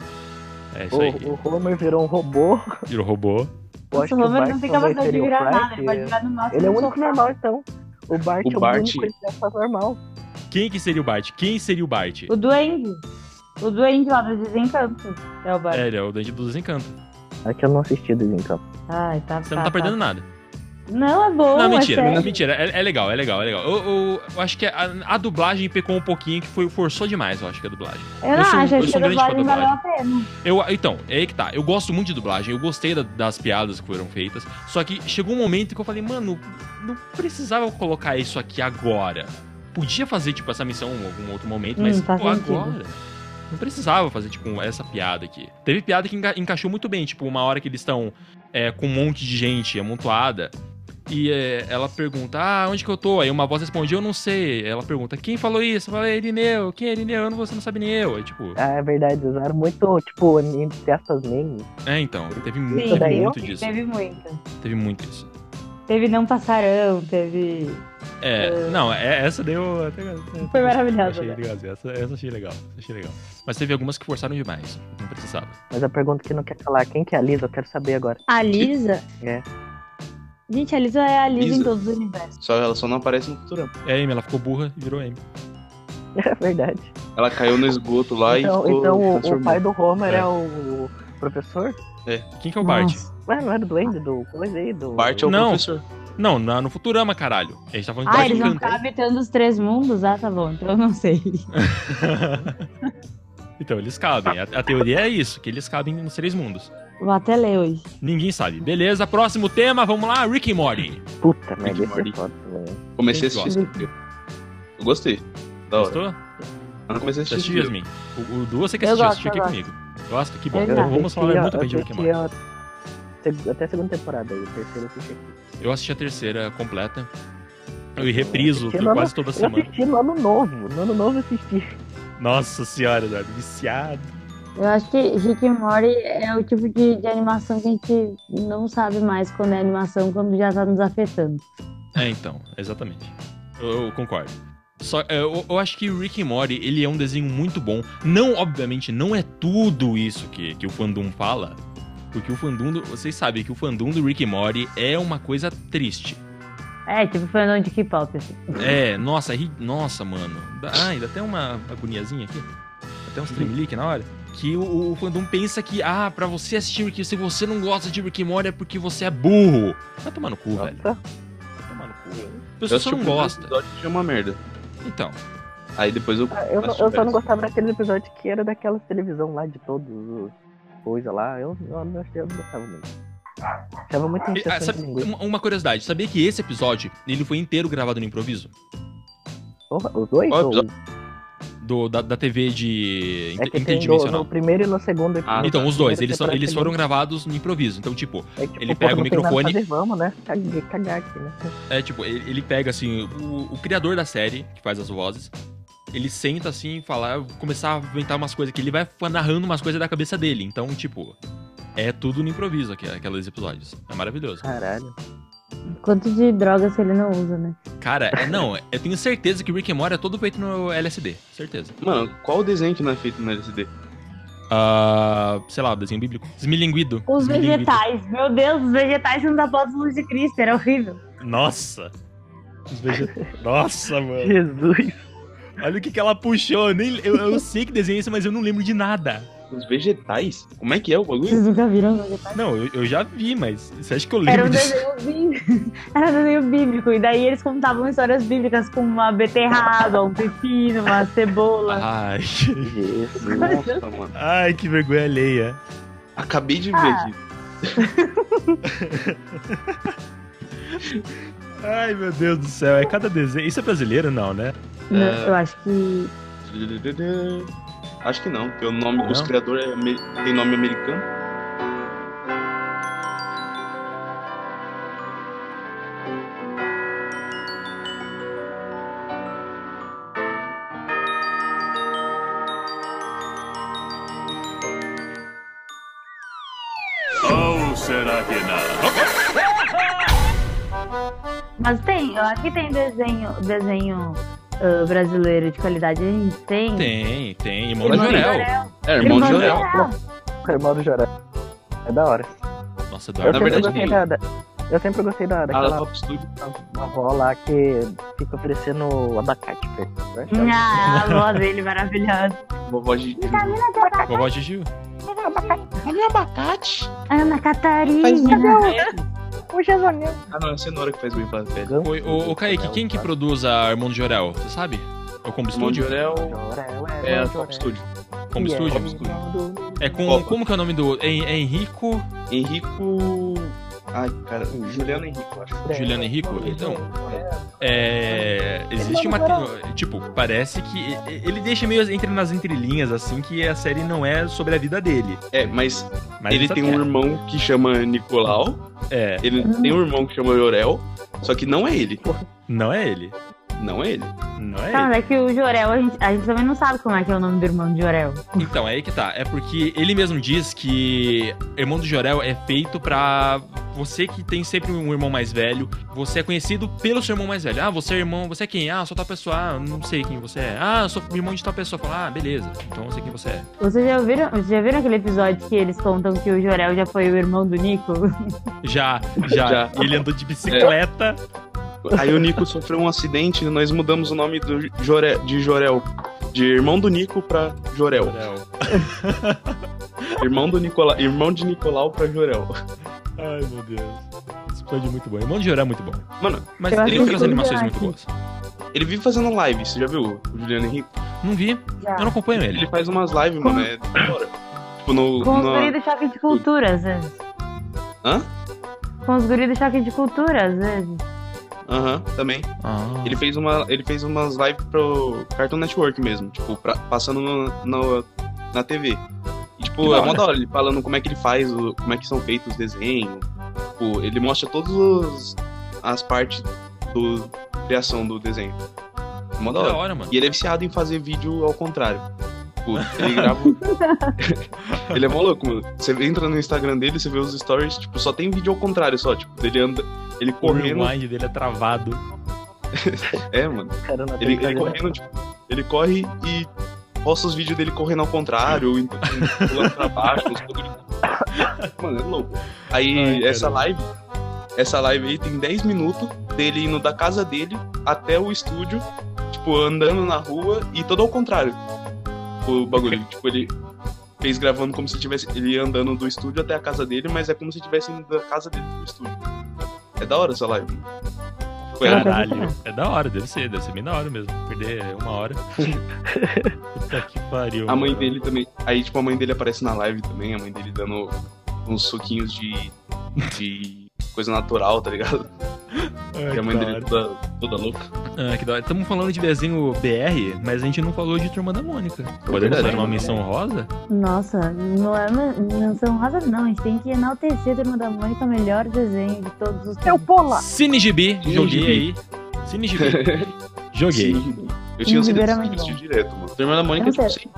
Speaker 1: É isso aí.
Speaker 2: o, o Homer virou um robô.
Speaker 1: E o robô.
Speaker 2: Eu
Speaker 7: Nossa,
Speaker 2: acho
Speaker 7: o
Speaker 2: que
Speaker 7: Homer
Speaker 2: Bart
Speaker 7: não tem
Speaker 2: também
Speaker 7: capacidade de
Speaker 2: seria o
Speaker 7: virar
Speaker 2: Bart,
Speaker 7: nada, ele pode virar no máximo.
Speaker 2: Ele é o
Speaker 7: um
Speaker 2: único
Speaker 7: sofá.
Speaker 2: normal, então. O Bart
Speaker 4: O
Speaker 2: é o
Speaker 4: Bart-
Speaker 2: único que está normal.
Speaker 1: Quem que seria o Bart? Quem seria o Bart?
Speaker 7: O Duende. O Duende lá do Desencanto. É o Bart.
Speaker 1: É, ele é o Dandy do Desencanto. Você
Speaker 2: É que eu não assisti do então.
Speaker 7: Ai, tá,
Speaker 1: não tá perdendo nada.
Speaker 7: Não, é bom,
Speaker 1: não,
Speaker 7: é
Speaker 1: mentira,
Speaker 7: sério.
Speaker 1: mentira. É, é legal, é legal, é legal. Eu, eu- eu acho que a, a dublagem pecou um pouquinho, que foi forçou demais, eu acho que a dublagem.
Speaker 7: Eu
Speaker 1: Eu
Speaker 7: não
Speaker 1: sou-
Speaker 7: acho,
Speaker 1: eu
Speaker 7: acho que
Speaker 1: sou
Speaker 7: a
Speaker 1: grande fã da
Speaker 7: dublagem valeu a pena.
Speaker 1: Eu, então, é aí que tá. Eu gosto muito de dublagem, eu gostei da- das piadas que foram feitas. Só que chegou um momento que eu falei, mano, não precisava colocar isso aqui agora. Podia fazer, tipo, essa missão em algum outro momento, mas
Speaker 7: Hum, faz
Speaker 1: pô,
Speaker 7: sentido.
Speaker 1: agora. Não precisava fazer, tipo, essa piada aqui. Teve piada que enca- encaixou muito bem, tipo, uma hora que eles estão é, com um monte de gente amontoada. E é, ela pergunta, ah, onde que eu tô? Aí uma voz responde, eu não sei. Ela pergunta, quem falou isso? Eu falei, Irineu, quem é Irineu? Eu não, você não sabe nem eu. É tipo,
Speaker 2: Ah, é verdade, usaram muito, tipo, entre aspas, memes.
Speaker 1: é então, teve muito,
Speaker 2: Isso daí
Speaker 1: teve
Speaker 2: eu
Speaker 1: muito disso.
Speaker 7: Teve muito.
Speaker 1: Teve muito isso.
Speaker 7: Teve Não Passarão, teve.
Speaker 1: É, não, é, essa deu até.
Speaker 7: Foi maravilhosa,
Speaker 1: Achei
Speaker 7: né?
Speaker 1: legal, essa, essa achei legal, essa achei legal. Mas teve algumas que forçaram demais, não precisava.
Speaker 2: Mas a pergunta que não quer calar, quem que é a Lisa? Eu quero saber agora. [LAUGHS]
Speaker 7: A Lisa?
Speaker 2: É.
Speaker 7: Gente, a Lisa é a Lisa,
Speaker 4: Lisa.
Speaker 7: em todos os universos.
Speaker 4: Só ela só não aparece no Futurama.
Speaker 1: É a Amy, ela ficou burra e virou Amy.
Speaker 2: É verdade.
Speaker 4: Ela caiu no esgoto lá
Speaker 2: então,
Speaker 4: e ficou
Speaker 2: então o- o,
Speaker 4: transformada.
Speaker 2: pai do Homer
Speaker 1: É.
Speaker 2: é, o, o professor?
Speaker 1: Quem que é o Bart?
Speaker 7: Nossa.
Speaker 2: Ué, não era o Duende do coisa aí, do...
Speaker 4: Bart é o
Speaker 1: Não.
Speaker 4: professor.
Speaker 1: Não, na- no Futurama, caralho. A gente tá falando de
Speaker 7: Ah,
Speaker 1: Bart
Speaker 7: eles vão
Speaker 1: Encanto.
Speaker 7: ficar habitando os três mundos? Ah, tá bom, então eu não sei.
Speaker 1: Então, eles cabem. A, a teoria é isso, que eles cabem nos três mundos.
Speaker 7: Vou até ler hoje.
Speaker 1: Ninguém sabe. Beleza, próximo tema, vamos lá, Rick e Morty.
Speaker 2: Puta merda, esse
Speaker 4: Morty.
Speaker 2: é foda também.
Speaker 4: Comecei a
Speaker 1: Quem
Speaker 4: assistir. esse filme. Eu gostei. Da hora.
Speaker 1: Gostou?
Speaker 4: Eu comecei a
Speaker 1: Você
Speaker 4: assistir.
Speaker 1: assistiu,
Speaker 4: esse filme.
Speaker 1: Yasmin? O, o Du, você que
Speaker 7: Eu
Speaker 1: assistiu,
Speaker 7: gosto,
Speaker 1: assistiu
Speaker 7: eu
Speaker 1: aqui
Speaker 7: gosto.
Speaker 1: comigo. Gosta? Que bom.
Speaker 7: Eu
Speaker 1: Então, vamos
Speaker 2: assisti
Speaker 1: falar
Speaker 2: a-
Speaker 1: muito bem de
Speaker 2: eu
Speaker 1: Rick e
Speaker 2: assisti
Speaker 1: Morty.
Speaker 2: a- seg- Até a segunda temporada aí, o terceiro eu assisti.
Speaker 1: Eu assisti a terceira completa. Eu repriso
Speaker 2: Eu não-
Speaker 1: quase toda
Speaker 2: Eu
Speaker 1: semana.
Speaker 2: assisti no ano novo, no ano novo eu assisti.
Speaker 1: Nossa senhora, Eduardo, viciado.
Speaker 7: Eu acho que Rick and Morty é o tipo de, de animação que a gente não sabe mais quando é animação, quando já tá nos afetando.
Speaker 1: É, então, exatamente. Eu, eu concordo. Só, é, eu, eu acho que Rick and Morty, ele é um desenho muito bom. Não, obviamente, não é tudo isso que, que o fandom fala. Porque o fandom, do- vocês sabem que o fandom do Rick and Morty é uma coisa triste.
Speaker 7: É, tipo fandom de K-pop, assim.
Speaker 1: É, ah,
Speaker 4: Uhum.
Speaker 1: nossa, ri- nossa, mano. Dá- Ai, dá até uma agoniazinha aqui. Até uns tremelique na hora. Que o, o fandom pensa que, ah, pra você assistir Rick, se você não gosta de Rick and Morty é porque você é burro. Vai tomar no cu, velho.
Speaker 2: Nossa,
Speaker 1: Vai tomar no cu. A
Speaker 4: Eu
Speaker 1: pessoa
Speaker 4: assisti
Speaker 1: só
Speaker 4: o
Speaker 1: não
Speaker 4: primeiro
Speaker 1: gosta.
Speaker 4: episódio e achei uma merda.
Speaker 1: Então,
Speaker 4: Aí depois eu.
Speaker 2: Ah, eu, não-
Speaker 4: assisti
Speaker 2: eu só não
Speaker 4: vários.
Speaker 2: gostava daquele episódio que era daquela televisão lá de todos os coisas lá. Eu, eu, não achei- eu não gostava não. Achava muito
Speaker 1: e, ah,
Speaker 2: incestuoso
Speaker 1: sabe-
Speaker 2: de linguiça.
Speaker 1: uma- uma curiosidade, sabia que esse episódio, ele foi inteiro gravado no improviso?
Speaker 2: Porra, Os dois?
Speaker 4: Qual
Speaker 2: Ou-
Speaker 4: episódio?
Speaker 1: Do, da, da TV de
Speaker 2: É que tem no,
Speaker 1: interdimensional.
Speaker 2: no primeiro e no segundo episódio.
Speaker 1: Então, os dois, eles, são-
Speaker 2: Primeira
Speaker 1: eles foram
Speaker 2: temporada,
Speaker 1: gravados no improviso. Então, tipo,
Speaker 2: segundo. É, tipo,
Speaker 1: ele
Speaker 2: porra,
Speaker 1: pega o
Speaker 2: não tem nada pra
Speaker 1: microfone-
Speaker 2: fazer, vamos, né? Caguei- Cagar aqui, né?
Speaker 1: É, tipo, ele, ele pega, assim, o, o criador da série, que faz as vozes, ele senta, assim, e fala, "Eu vou começar a inventar umas coisas que ele vai narrando umas coisas da cabeça dele. Então, tipo, é tudo no improviso aqui, aqueles episódios. É maravilhoso.
Speaker 2: Caralho.
Speaker 9: Quanto de drogas ele não usa, né?
Speaker 1: Cara, é, não, eu tenho certeza que Rick and Morty é todo feito no LSD. Certeza.
Speaker 4: Mano, qual o desenho que não é feito no LCD?
Speaker 1: Ah, sei lá, desenho bíblico. Desmilinguido.
Speaker 9: Os
Speaker 1: Desmilinguido.
Speaker 9: vegetais. Meu Deus, os vegetais são da bota luz de Cristo. Era horrível.
Speaker 1: Nossa. Os vegetais. [LAUGHS] Nossa, mano.
Speaker 2: Jesus.
Speaker 1: Olha o que, que ela puxou. Eu, nem, eu, eu sei que desenho é isso, mas eu não lembro de nada.
Speaker 4: Os vegetais? Como é que é o bagulho?
Speaker 9: Vocês nunca viram os vegetais?
Speaker 1: Não, eu, eu já vi, mas você acha que eu
Speaker 9: Era
Speaker 1: lembro
Speaker 9: um
Speaker 1: disso?
Speaker 9: desenho bíblico. [LAUGHS] Era um desenho bíblico. E daí eles contavam histórias bíblicas com uma beterraba, um pepino, uma cebola.
Speaker 1: [LAUGHS] Ai,
Speaker 2: [LAUGHS] Jesus.
Speaker 4: Nossa, mano.
Speaker 1: ai, que vergonha alheia.
Speaker 4: Acabei de ver
Speaker 2: Ah.
Speaker 4: aqui.
Speaker 1: Ai, meu Deus do céu. É cada desenho. Isso é brasileiro, não, né?
Speaker 4: Ah,
Speaker 9: Não,
Speaker 4: é.
Speaker 9: Eu acho que.
Speaker 4: Acho que não, porque o nome dos
Speaker 1: Não?
Speaker 4: criadores é ame- tem nome americano.
Speaker 8: Ou será que é não?
Speaker 9: Mas tem, eu acho que tem desenho, desenho ah, brasileiro de qualidade. A gente tem.
Speaker 1: Tem, tem. Irmão
Speaker 9: Irmão
Speaker 1: de
Speaker 9: do
Speaker 1: Jorel.
Speaker 9: Jorel.
Speaker 4: É, irmão de
Speaker 9: Irmão do
Speaker 4: Jorel.
Speaker 9: Jorel.
Speaker 2: O irmão do Joré. É da hora.
Speaker 1: Nossa,
Speaker 2: Eu
Speaker 1: Eduardo.
Speaker 2: sempre
Speaker 4: Na verdade,
Speaker 2: gostei
Speaker 4: tem.
Speaker 2: da, da- Eu sempre gostei da,
Speaker 4: Ah,
Speaker 2: daquela
Speaker 4: Top Studio.
Speaker 2: avó lá que fica oferecendo abacate pra né? ele. Eu achava-
Speaker 9: Ah, a voz dele maravilhosa.
Speaker 4: Vovó de.
Speaker 2: tá
Speaker 1: Vovó Gigi.
Speaker 9: Ana
Speaker 4: um
Speaker 9: Catarina.
Speaker 4: Ah, não, é a cenoura que faz bem pra pele.
Speaker 1: Foi, ô, ô Kaique, quem que
Speaker 2: Joré,
Speaker 1: produz a Irmão de Jorel? Você sabe? É o Combo
Speaker 4: tá. Irmão de
Speaker 1: Studio?
Speaker 4: Jorel
Speaker 2: é,
Speaker 4: é a
Speaker 2: Joré.
Speaker 4: Top Studio.
Speaker 1: Combo
Speaker 2: E é
Speaker 1: Studio?
Speaker 2: irmão do-
Speaker 1: É com.
Speaker 4: Copa.
Speaker 1: Como que é o nome do. É, é Henrico.
Speaker 4: Henrico. Ai, cara, Juliano Henrico, eu acho.
Speaker 1: É. Juliano Henrico? Então, É. Existe uma. Tipo, parece que. Ele deixa meio entre nas entrelinhas, assim, que a série não é sobre a vida dele.
Speaker 4: É, mas,
Speaker 1: Mas é
Speaker 4: ele
Speaker 1: sabe
Speaker 4: tem
Speaker 1: que
Speaker 4: um irmão que chama Nicolau.
Speaker 1: É. É.
Speaker 4: Ele tem um irmão que chama Jorel. Só que não é ele.
Speaker 1: Não é ele.
Speaker 4: Não é ele.
Speaker 1: Não
Speaker 9: Não,
Speaker 1: é
Speaker 7: Ah.
Speaker 1: ele.
Speaker 9: mas é que o Jorel, a gente, a gente também não sabe como é que é o nome do irmão de Jorel.
Speaker 1: Então, é aí que tá. É porque ele mesmo diz que Irmão do Jorel é feito pra você que tem sempre um irmão mais velho. Você é conhecido pelo seu irmão mais velho. Ah, você é irmão. Você é quem? Ah, eu sou tal pessoa. Ah, eu não sei quem você é. Ah, eu sou irmão de tal pessoa. Fala, ah, beleza. Então eu sei quem você é.
Speaker 9: Vocês já viram, vocês já viram aquele episódio que eles contam que o Jorel já foi o irmão do Nico?
Speaker 1: Já, já.
Speaker 4: Já.
Speaker 1: [LAUGHS] Ele andou de bicicleta.
Speaker 4: Aí o Nico sofreu um acidente e nós mudamos o nome do Jorel, de Jorel. De irmão do Nico pra Jorel.
Speaker 1: Jorel.
Speaker 4: Irmão do Nicolau, irmão de Nicolau pra Jorel.
Speaker 1: Ai, meu Deus. Esse episódio é muito bom. Irmão de Jorel é muito bom.
Speaker 4: Mano,
Speaker 1: Mas
Speaker 9: Eu
Speaker 1: ele tem
Speaker 4: assisti
Speaker 1: outras
Speaker 9: tudo
Speaker 1: animações
Speaker 9: aqui.
Speaker 1: muito boas.
Speaker 4: ele vive fazendo live, você já viu o Juliano Henrique?
Speaker 1: Não vi,
Speaker 7: Já.
Speaker 1: eu não acompanho ele.
Speaker 4: Ele faz umas lives, mano, é da hora. Tipo, no.
Speaker 9: Com os
Speaker 4: na-
Speaker 9: guris do choque de cultura, às
Speaker 7: né?
Speaker 9: vezes.
Speaker 4: Hã?
Speaker 9: Com os guris do choque de cultura, às
Speaker 7: né?
Speaker 9: vezes.
Speaker 4: Aham, também.
Speaker 1: Ah,
Speaker 4: Ele fez, uma, ele fez umas lives pro Cartoon Network mesmo, tipo, pra- passando no, no- na TV.
Speaker 1: Que
Speaker 4: E, tipo,
Speaker 1: da
Speaker 4: é mó
Speaker 1: hora.
Speaker 4: da hora, ele falando como é que ele faz, o- como é que são feitos os desenhos. Tipo, ele mostra todas os- as partes do criação do desenho. É mó
Speaker 1: que
Speaker 4: da
Speaker 1: da
Speaker 4: hora.
Speaker 1: hora, mano.
Speaker 4: E ele é viciado em fazer vídeo ao contrário. Tipo, ele grava. ele é mó louco, mano. Você entra no Instagram dele, você vê os stories, tipo, só tem vídeo ao contrário só. Tipo, ele anda. Ele
Speaker 1: O
Speaker 4: correndo.
Speaker 1: rewind dele é
Speaker 4: [LAUGHS]
Speaker 1: travado.
Speaker 4: É, mano.
Speaker 2: O cara não tem
Speaker 4: Ele, ele
Speaker 2: que fazer
Speaker 4: correndo, tipo, ele corre e posta os vídeos dele correndo ao contrário, ou então pulando pra baixo, os bagulho. [LAUGHS] Mano, é louco. Aí
Speaker 1: Ai,
Speaker 4: essa live, essa live aí tem 10 minutos dele indo da casa dele até o estúdio, tipo, andando na rua e todo ao contrário. O bagulho, tipo, ele fez gravando como se tivesse ele ia andando do estúdio até a casa dele, mas é como se tivesse indo da casa dele pro estúdio. É da hora essa live. Foi
Speaker 2: Eu não
Speaker 4: a-
Speaker 1: Caralho. É da hora, deve ser, deve ser bem da hora mesmo. Perder uma
Speaker 4: [LAUGHS]
Speaker 1: hora. Puta que pariu.
Speaker 4: a mãe
Speaker 1: mano.
Speaker 4: dele também. Aí, tipo, a mãe dele aparece na live também, a mãe dele dando uns suquinhos de. de coisa natural, tá
Speaker 1: É,
Speaker 4: ligado?
Speaker 1: Ai,
Speaker 4: E a mãe
Speaker 1: que da
Speaker 4: dele
Speaker 1: hora.
Speaker 4: toda, toda louca.
Speaker 1: Ah, que da hora. Estamos falando de desenho BR, mas a gente não falou de Turma da Mônica. Podemos
Speaker 4: É verdade.
Speaker 1: fazer uma menção rosa?
Speaker 7: Nossa, não é men- menção rosa, não. A gente tem que enaltecer Turma da Mônica, o melhor desenho de todos os
Speaker 2: Seu
Speaker 7: tempos.
Speaker 2: É pola!
Speaker 1: Cinegibi,
Speaker 4: Cine
Speaker 1: joguei aí.
Speaker 4: Gibi. [LAUGHS]
Speaker 1: Cinegibi. joguei.
Speaker 4: Sim. Eu tinha um
Speaker 7: Sim,
Speaker 4: CD
Speaker 7: Uhum, era
Speaker 4: desse
Speaker 7: muito Uhum.
Speaker 4: disco direto, mano. Turma da Mônica,
Speaker 7: Eu
Speaker 4: tipo,
Speaker 7: não
Speaker 4: sei.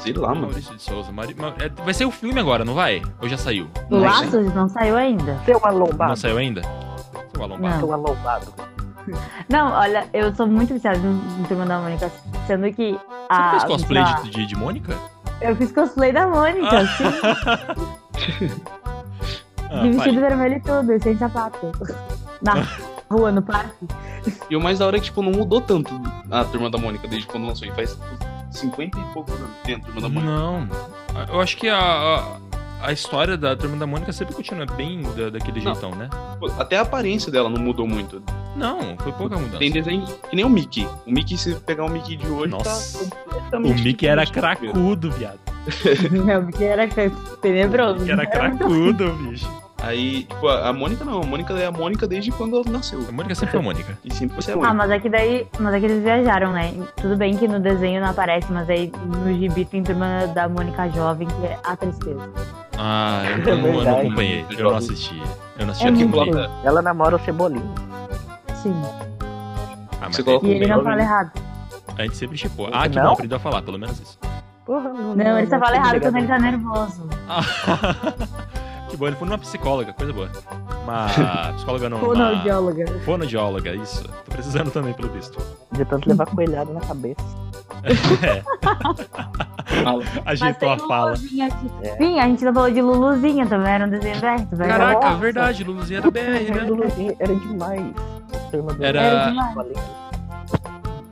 Speaker 4: Sei lá, Ah, mano.
Speaker 1: Maurício de Souza. Mari- Ma- é, Vai ser o filme agora, não vai? Ou já saiu?
Speaker 7: O
Speaker 4: Não sei.
Speaker 1: é.
Speaker 7: Laços não saiu ainda.
Speaker 2: Seu
Speaker 1: Não
Speaker 2: alombado!
Speaker 1: saiu ainda? Sei lá, Lombardo.
Speaker 2: Seu alombado!
Speaker 7: Não, olha, eu sou muito viciada em em Turma da Mônica, sendo que
Speaker 1: Você
Speaker 7: a.
Speaker 1: fez cosplay
Speaker 7: sei lá,
Speaker 1: de, de, de Mônica?
Speaker 7: Eu fiz cosplay da Mônica, sim. [LAUGHS]
Speaker 1: Ah,
Speaker 7: de vestido
Speaker 1: pai.
Speaker 7: vermelho e tudo, e sem sapato. Na
Speaker 1: Ah.
Speaker 7: rua, no parque.
Speaker 4: E o mais da hora é que, tipo, não mudou tanto a Turma da Mônica desde quando lançou. E faz tipo, 50 e poucos anos que tem a Turma da Mônica.
Speaker 1: Não. Eu acho que a, a, a história da Turma da Mônica sempre continua bem da, daquele
Speaker 4: Não.
Speaker 1: jeitão, né?
Speaker 4: Pô, Tipo, Até a aparência dela não mudou muito.
Speaker 1: Não, foi pouca mudança.
Speaker 4: Tem desenho que nem o Mickey. O Mickey, se pegar o Mickey de hoje,
Speaker 1: Nossa.
Speaker 4: tá completamente
Speaker 1: O Mickey era
Speaker 4: diferente do primeiro.
Speaker 1: cracudo, viado.
Speaker 7: [LAUGHS] Não, porque era
Speaker 1: O
Speaker 7: tenebroso.
Speaker 1: Mickey era
Speaker 7: [LAUGHS]
Speaker 1: cracudo, bicho.
Speaker 4: Aí, tipo, a a Mônica não. A Mônica é a Mônica desde quando ela nasceu.
Speaker 1: A Mônica sempre foi a Mônica.
Speaker 4: E sempre vai ser a
Speaker 7: Ah,
Speaker 4: Mônica.
Speaker 7: mas é que daí. Mas é que eles viajaram, né? Tudo bem que no desenho não aparece, mas aí no gibi tem turma da Mônica Jovem, que é a tristeza.
Speaker 1: Ah, eu,
Speaker 2: É
Speaker 1: não- eu não
Speaker 2: verdade.
Speaker 1: acompanhei. Eu não assisti. Eu não assisti
Speaker 7: É
Speaker 1: a Turma da
Speaker 4: que
Speaker 7: muito bom.
Speaker 1: Mônica.
Speaker 4: coloca.
Speaker 2: Ela namora o Cebolinha.
Speaker 7: Sim.
Speaker 1: Ah, mas
Speaker 4: Você coloca
Speaker 7: E ele não
Speaker 4: Jovem.
Speaker 7: fala errado.
Speaker 1: a gente sempre chipou. Ah, que
Speaker 2: Não?
Speaker 1: bom, aprendeu a falar, pelo menos isso.
Speaker 2: Porra, não,
Speaker 7: Não, ele só fala
Speaker 2: sou
Speaker 7: errado
Speaker 2: obrigado.
Speaker 7: quando ele tá nervoso.
Speaker 1: Ah, que bom, ele foi numa psicóloga, coisa boa. Uma psicóloga não, uma
Speaker 7: Fonoaudióloga.
Speaker 1: fonoaudióloga, isso. Tô precisando também, pelo visto.
Speaker 2: De tanto levar coelhada na cabeça.
Speaker 4: Fala.
Speaker 2: Ah,
Speaker 7: Mas tem
Speaker 1: Ajeitou a fala. É.
Speaker 7: Luluzinha aqui. Sim, a gente não falou de Luluzinha também, era um desenho aberto. velho.
Speaker 1: Caraca,
Speaker 7: Nossa. Uhum.
Speaker 1: verdade, Luluzinha era BR,
Speaker 2: Era
Speaker 1: né?
Speaker 2: do Luzinho, Era demais. Turma do
Speaker 1: Era-
Speaker 7: Era demais.
Speaker 2: Bolinha.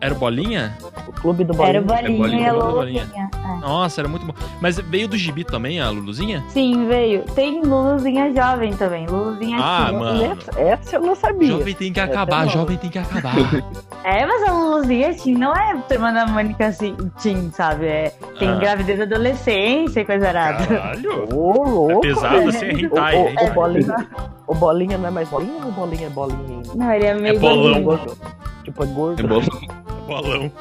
Speaker 1: Era o Bolinha?
Speaker 2: O clube do Bolinha.
Speaker 7: Era o bolinha e
Speaker 4: bolinha,
Speaker 7: a
Speaker 1: era o
Speaker 7: Luluzinha.
Speaker 1: Nossa, era muito bom. Mas veio do gibi também a Luluzinha?
Speaker 7: Sim, veio. Tem Luluzinha jovem também. Luluzinha
Speaker 1: Ah,
Speaker 7: tia.
Speaker 1: mano.
Speaker 2: Essa, essa eu não sabia.
Speaker 1: Jovem tem que
Speaker 2: até
Speaker 1: acabar,
Speaker 2: não.
Speaker 1: jovem tem que acabar.
Speaker 7: É, mas a Luluzinha teen não é turma da Mônica assim, teen, sabe? É, [LAUGHS] tem
Speaker 1: Ah.
Speaker 7: gravidez da adolescência e coisa arada.
Speaker 1: Caralho.
Speaker 2: Ô,
Speaker 1: É
Speaker 2: louco.
Speaker 7: né?
Speaker 1: pesado assim, é
Speaker 2: O,
Speaker 1: hentai,
Speaker 2: o-
Speaker 1: é
Speaker 2: o
Speaker 1: hentai.
Speaker 2: bolinha, o bolinha não é mais bolinha ou bolinha é bolinha ainda?
Speaker 7: Não, ele é meio.
Speaker 1: É bolão.
Speaker 7: gordinho. [LAUGHS]
Speaker 2: Gordo. Tipo, é
Speaker 4: É
Speaker 2: gordo.
Speaker 4: bom.
Speaker 1: né? Bolão.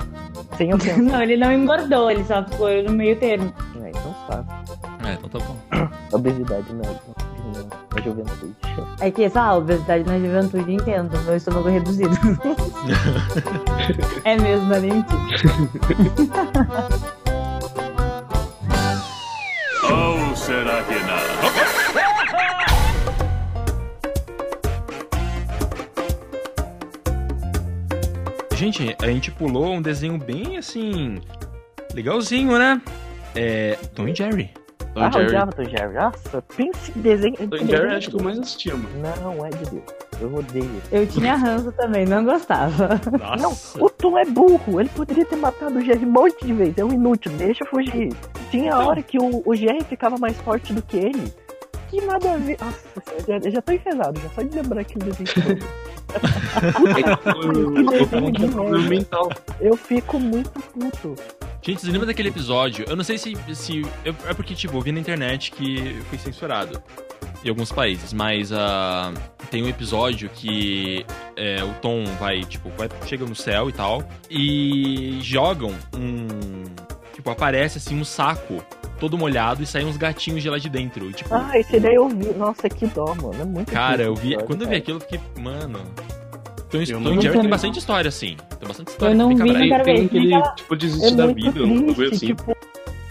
Speaker 2: Sem o tempo.
Speaker 7: Não, ele não engordou, ele só ficou no meio termo.
Speaker 2: É, então sabe.
Speaker 1: É, então tá bom.
Speaker 2: Obesidade não. não, não. A juventude.
Speaker 7: É que essa ah, obesidade na juventude, entendo. Meu estômago é
Speaker 1: [LAUGHS]
Speaker 7: reduzido. é mesmo, não é nem mentira.
Speaker 10: Ou será que não?
Speaker 1: Gente, a gente pulou um desenho bem assim. Legalzinho, né? É. Tom e Jerry.
Speaker 4: Tom
Speaker 2: ah,
Speaker 4: e
Speaker 2: eu
Speaker 4: Então, Jerry.
Speaker 2: odiava Tom e Jerry. Nossa, pense em desenho.
Speaker 4: Tom e Jerry é acho que eu mais assistia, mano.
Speaker 2: Não, é de Deus. Eu odeio.
Speaker 7: Eu tinha ranço também, não gostava.
Speaker 1: Nossa.
Speaker 2: O Tom é burro. Ele poderia ter matado o Jerry um monte de vezes. É um inútil. Deixa eu fugir. Tinha a hora que o, o Jerry ficava mais forte do que ele. Que nada a ver. Nossa, eu já, eu já tô enfesado. Já só de lembrar aquele desenho.
Speaker 4: É
Speaker 1: [LAUGHS]
Speaker 2: [LAUGHS]
Speaker 4: Eu tô com um problema mental.
Speaker 2: um. eu fico muito puto.
Speaker 1: Gente, vocês lembram daquele episódio? Eu não sei se. se eu- é porque, tipo, eu vi na internet que foi censurado em alguns países, mas ah, tem um episódio que é, o Tom vai, tipo, vai, chega no céu e tal, e jogam um. Tipo, aparece assim um saco todo molhado e saem uns gatinhos de lá de dentro. E, tipo,
Speaker 2: Ah, esse daí eu vi. Nossa, que dó, mano. É muito
Speaker 1: cara,
Speaker 2: triste
Speaker 1: eu
Speaker 2: esse
Speaker 1: vi.
Speaker 2: episódio,
Speaker 1: Quando eu vi
Speaker 2: cara.
Speaker 1: aquilo, eu fiquei, mano. Então, Tom e
Speaker 4: Eu
Speaker 1: Tom
Speaker 4: não
Speaker 1: e Jerry tem
Speaker 7: vi.
Speaker 1: bastante história, assim. Tem bastante história.
Speaker 7: Eu não
Speaker 1: tem
Speaker 7: vi,
Speaker 1: cabra-
Speaker 7: não quero
Speaker 4: Tem,
Speaker 7: ver.
Speaker 4: tem aquele,
Speaker 7: Aquela-
Speaker 4: tipo,
Speaker 2: É
Speaker 4: desistir da
Speaker 2: muito
Speaker 4: vida, um bagulho
Speaker 2: triste,
Speaker 4: assim.
Speaker 2: tipo,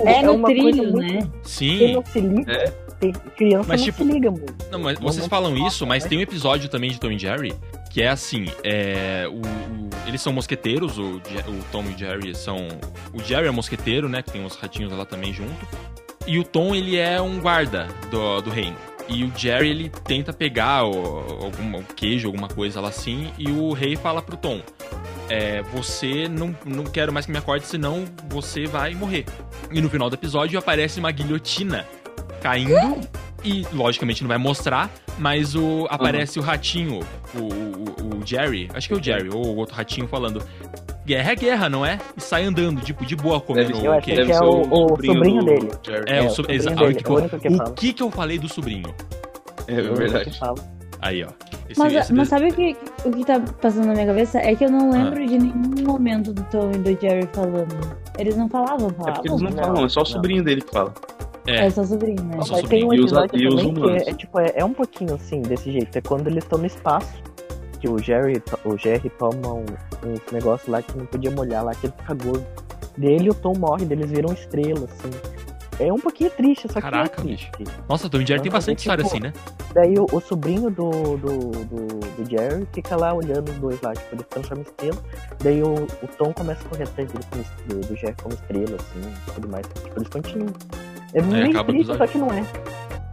Speaker 7: É no
Speaker 2: uma coisa
Speaker 7: trilho,
Speaker 2: muito-
Speaker 7: né?
Speaker 2: Quem
Speaker 1: Sim.
Speaker 2: não se liga,
Speaker 4: É.
Speaker 2: tem criança
Speaker 1: Mas,
Speaker 2: não
Speaker 1: tipo,
Speaker 2: se liga muito.
Speaker 1: Não, mas
Speaker 2: Vamos-
Speaker 1: vocês falam isso, mas tem um episódio também de Tom e Jerry que é assim, é, o- o- eles são mosqueteiros, o, Je- o Tom e o Jerry são... O Jerry é mosqueteiro, né, que tem uns ratinhos lá também junto, e o Tom, ele é um guarda do, do reino. E o Jerry, ele tenta pegar o, algum, um queijo, alguma coisa lá assim, e o rei fala pro Tom, é, você não, não quero mais que me acorde, senão você vai morrer. E no final do episódio aparece uma guilhotina caindo. E, logicamente, não vai mostrar, mas o aparece o ratinho, o, o, o Jerry, acho que é o Jerry, ou o outro ratinho falando. Guerra é guerra, não é? E sai andando, tipo, de boa comendo
Speaker 4: ser-
Speaker 2: eu
Speaker 1: o
Speaker 2: acho
Speaker 1: quê?
Speaker 2: que é o- o sobrinho
Speaker 4: do
Speaker 2: dele.
Speaker 4: Jerry.
Speaker 1: É,
Speaker 2: É,
Speaker 1: o
Speaker 2: o
Speaker 1: so...
Speaker 2: sobrinho
Speaker 1: exa-
Speaker 2: dele,
Speaker 1: ah, que
Speaker 2: é o
Speaker 1: bom.
Speaker 2: único que
Speaker 1: o
Speaker 2: fala.
Speaker 1: que que eu falei do sobrinho?
Speaker 4: É, verdade.
Speaker 1: Aí, ó. Esse-
Speaker 2: é,
Speaker 11: Mas,
Speaker 1: esse
Speaker 11: mas
Speaker 1: des-
Speaker 11: sabe o que, o que tá passando na minha cabeça? É que eu
Speaker 4: Ah.
Speaker 11: não lembro de nenhum momento do Tom e do Jerry falando. Eles não falavam,
Speaker 4: É
Speaker 11: falavam.
Speaker 4: porque eles não
Speaker 2: não,
Speaker 4: falam, é só o
Speaker 2: não.
Speaker 4: sobrinho dele que fala.
Speaker 1: É.
Speaker 11: É só sobrinho, né?
Speaker 1: Não, só
Speaker 2: Mas tem um
Speaker 4: E os-
Speaker 2: episódio
Speaker 4: e os
Speaker 2: também
Speaker 4: humanos.
Speaker 2: que é, tipo, é, é um pouquinho assim, desse jeito. É quando eles estão no espaço, que o Jerry, to- o Jerry toma um, uns negócios lá que não podia molhar lá, que ele fica gordo. Dele o Tom morre, deles viram estrela, assim. É um pouquinho triste, só que não é
Speaker 1: Caraca,
Speaker 2: triste.
Speaker 1: Nossa, Tom e Jerry tem
Speaker 2: Não, mas é
Speaker 1: bastante história
Speaker 2: tipo-
Speaker 1: assim, né?
Speaker 2: Daí o, o sobrinho do, do, do, do Jerry fica lá olhando os dois lá, tipo, ele se transforma em estrela. Daí o, o Tom começa a correr atrás dele como est- do, do Jerry como estrela, assim, e tudo mais. Tipo, eles continuam. É meio
Speaker 1: acaba o
Speaker 2: triste,
Speaker 1: episódio.
Speaker 2: só que não é.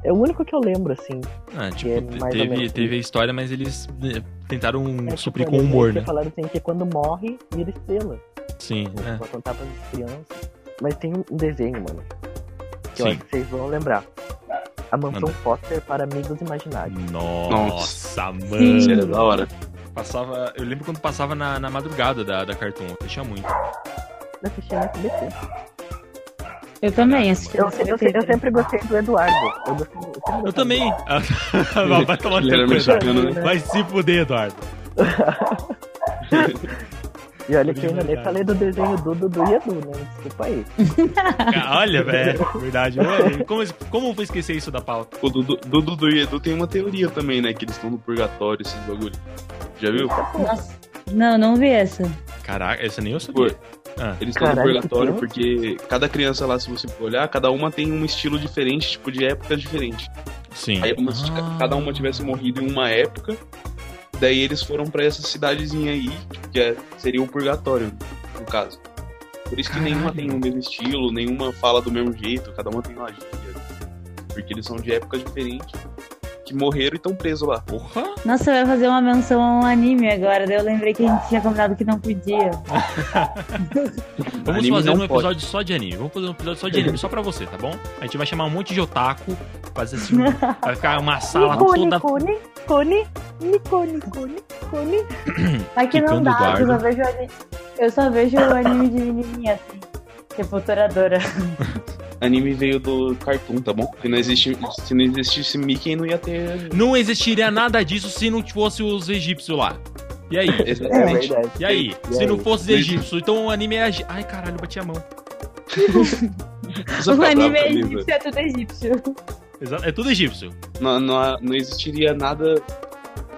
Speaker 2: É o único que eu lembro, assim.
Speaker 1: Ah, tipo,
Speaker 2: é
Speaker 1: te-
Speaker 2: mais ou
Speaker 1: teve,
Speaker 2: menos
Speaker 1: teve a história, mas eles né, tentaram
Speaker 2: É,
Speaker 1: suprir
Speaker 2: tipo,
Speaker 1: com
Speaker 2: eles-
Speaker 1: humor,
Speaker 2: eles
Speaker 1: né?
Speaker 2: falaram assim que quando morre, vira estrela. Tipo,
Speaker 1: Sim,
Speaker 2: Pra
Speaker 1: é.
Speaker 2: Pra contar pras crianças. Mas tem um desenho, mano, que eu
Speaker 1: sim.
Speaker 2: acho que vocês vão lembrar. A Mansão
Speaker 1: Manda.
Speaker 2: Foster para Amigos Imaginários.
Speaker 1: Nossa, mano.
Speaker 4: Isso era é da hora.
Speaker 1: Passava, eu lembro quando passava na, na madrugada da, da Cartoon, eu assistia muito.
Speaker 2: Eu assisti no SBT.
Speaker 11: Eu também assisti.
Speaker 2: Eu, eu- eu- eu sempre gostei do Eduardo. Eu, gostei, eu sempre
Speaker 1: Eu
Speaker 2: gostei
Speaker 1: também. [LAUGHS] Vai tomar
Speaker 4: Ele era
Speaker 1: teu cu,
Speaker 4: mexicano, né? [LAUGHS]
Speaker 1: Eduardo. Vai se fuder, Eduardo.
Speaker 2: E olha que eu ainda nem
Speaker 1: Verdade.
Speaker 2: falei do desenho do Dudu e Edu, né? Desculpa aí.
Speaker 1: Ah,
Speaker 4: [LAUGHS]
Speaker 1: Olha, velho. Verdade. Olha, Como, como eu vou esquecer isso da pauta?
Speaker 4: O Dudu, Dudu, Dudu e Edu tem uma teoria também, né? Que eles estão no purgatório, esses bagulho. Já viu?
Speaker 11: Nossa. Não, não vi essa.
Speaker 1: Caraca, essa nem eu
Speaker 4: Pô,
Speaker 1: sabia. Ah.
Speaker 4: Eles estão no
Speaker 2: Caralho,
Speaker 4: purgatório
Speaker 2: que
Speaker 4: porque cada criança lá, se você for olhar, cada uma tem um estilo diferente, tipo de época diferente.
Speaker 1: Sim.
Speaker 4: Aí é como se
Speaker 1: Ah.
Speaker 4: cada um. uma tivesse morrido em uma época. Daí eles foram pra essa cidadezinha aí, que é- seria o purgatório, no caso. Por isso que nenhuma tem o mesmo estilo, nenhuma fala do mesmo jeito, cada uma tem uma gíria. Porque eles são de épocas diferentes, que morreram e estão presos lá.
Speaker 1: Porra.
Speaker 11: Nossa, eu ia fazer uma menção a um anime agora, daí eu lembrei que a gente tinha combinado que não podia.
Speaker 1: Vamos
Speaker 4: Anime
Speaker 1: fazer
Speaker 4: não
Speaker 1: um
Speaker 4: pode.
Speaker 1: episódio só de anime. Vamos fazer um episódio só de anime, só pra você, tá bom? A gente vai chamar um monte de otaku, fazer
Speaker 4: [LAUGHS]
Speaker 1: assim. Vai ficar uma sala toda.
Speaker 2: Nicone, Nicone, Nicone, Nicone, Nicone.
Speaker 9: Aqui não
Speaker 1: Ficando
Speaker 9: dá, eu só
Speaker 1: Eduardo.
Speaker 9: vejo anime. Eu só vejo anime de menininha, assim. Que é futuradora.
Speaker 4: Anime veio do cartoon, tá bom? Se não, existe, se não existisse Mickey, não ia ter.
Speaker 1: Não existiria nada disso se não fosse os egípcios lá. E aí?
Speaker 2: É
Speaker 4: Exatamente.
Speaker 2: verdade.
Speaker 1: E aí?
Speaker 2: E
Speaker 1: se
Speaker 2: aí?
Speaker 1: não fosse os egípcios, então o anime é. agi- Ai, caralho, eu bati a mão.
Speaker 9: O
Speaker 4: Você fica bravo
Speaker 9: anime é
Speaker 4: comigo.
Speaker 9: egípcio, é tudo egípcio.
Speaker 1: Exa- É tudo egípcio.
Speaker 4: não, não, não existiria nada.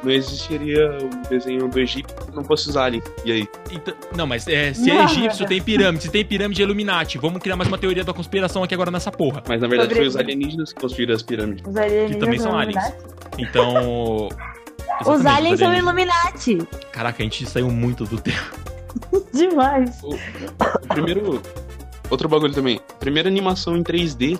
Speaker 4: Não existiria um desenho do Egito que não fosse usar ali. E aí?
Speaker 1: Então- não, mas é, se é
Speaker 9: Não.
Speaker 1: egípcio, tem pirâmide. Se tem pirâmide, é Illuminati. Vamos criar mais uma teoria da conspiração aqui agora nessa porra.
Speaker 4: Mas na verdade
Speaker 9: Sobre-
Speaker 4: foi os alienígenas que construíram as pirâmides.
Speaker 9: Os alienígenas
Speaker 1: Que também são aliens.
Speaker 9: Illuminati.
Speaker 11: [LAUGHS]
Speaker 1: Então.
Speaker 11: Os
Speaker 1: exatamente,
Speaker 11: aliens são
Speaker 1: alienígenas.
Speaker 11: Illuminati.
Speaker 1: Caraca, a gente saiu muito do tempo.
Speaker 9: Demais.
Speaker 4: O primeiro. Outro bagulho também. A primeira animação em 3D,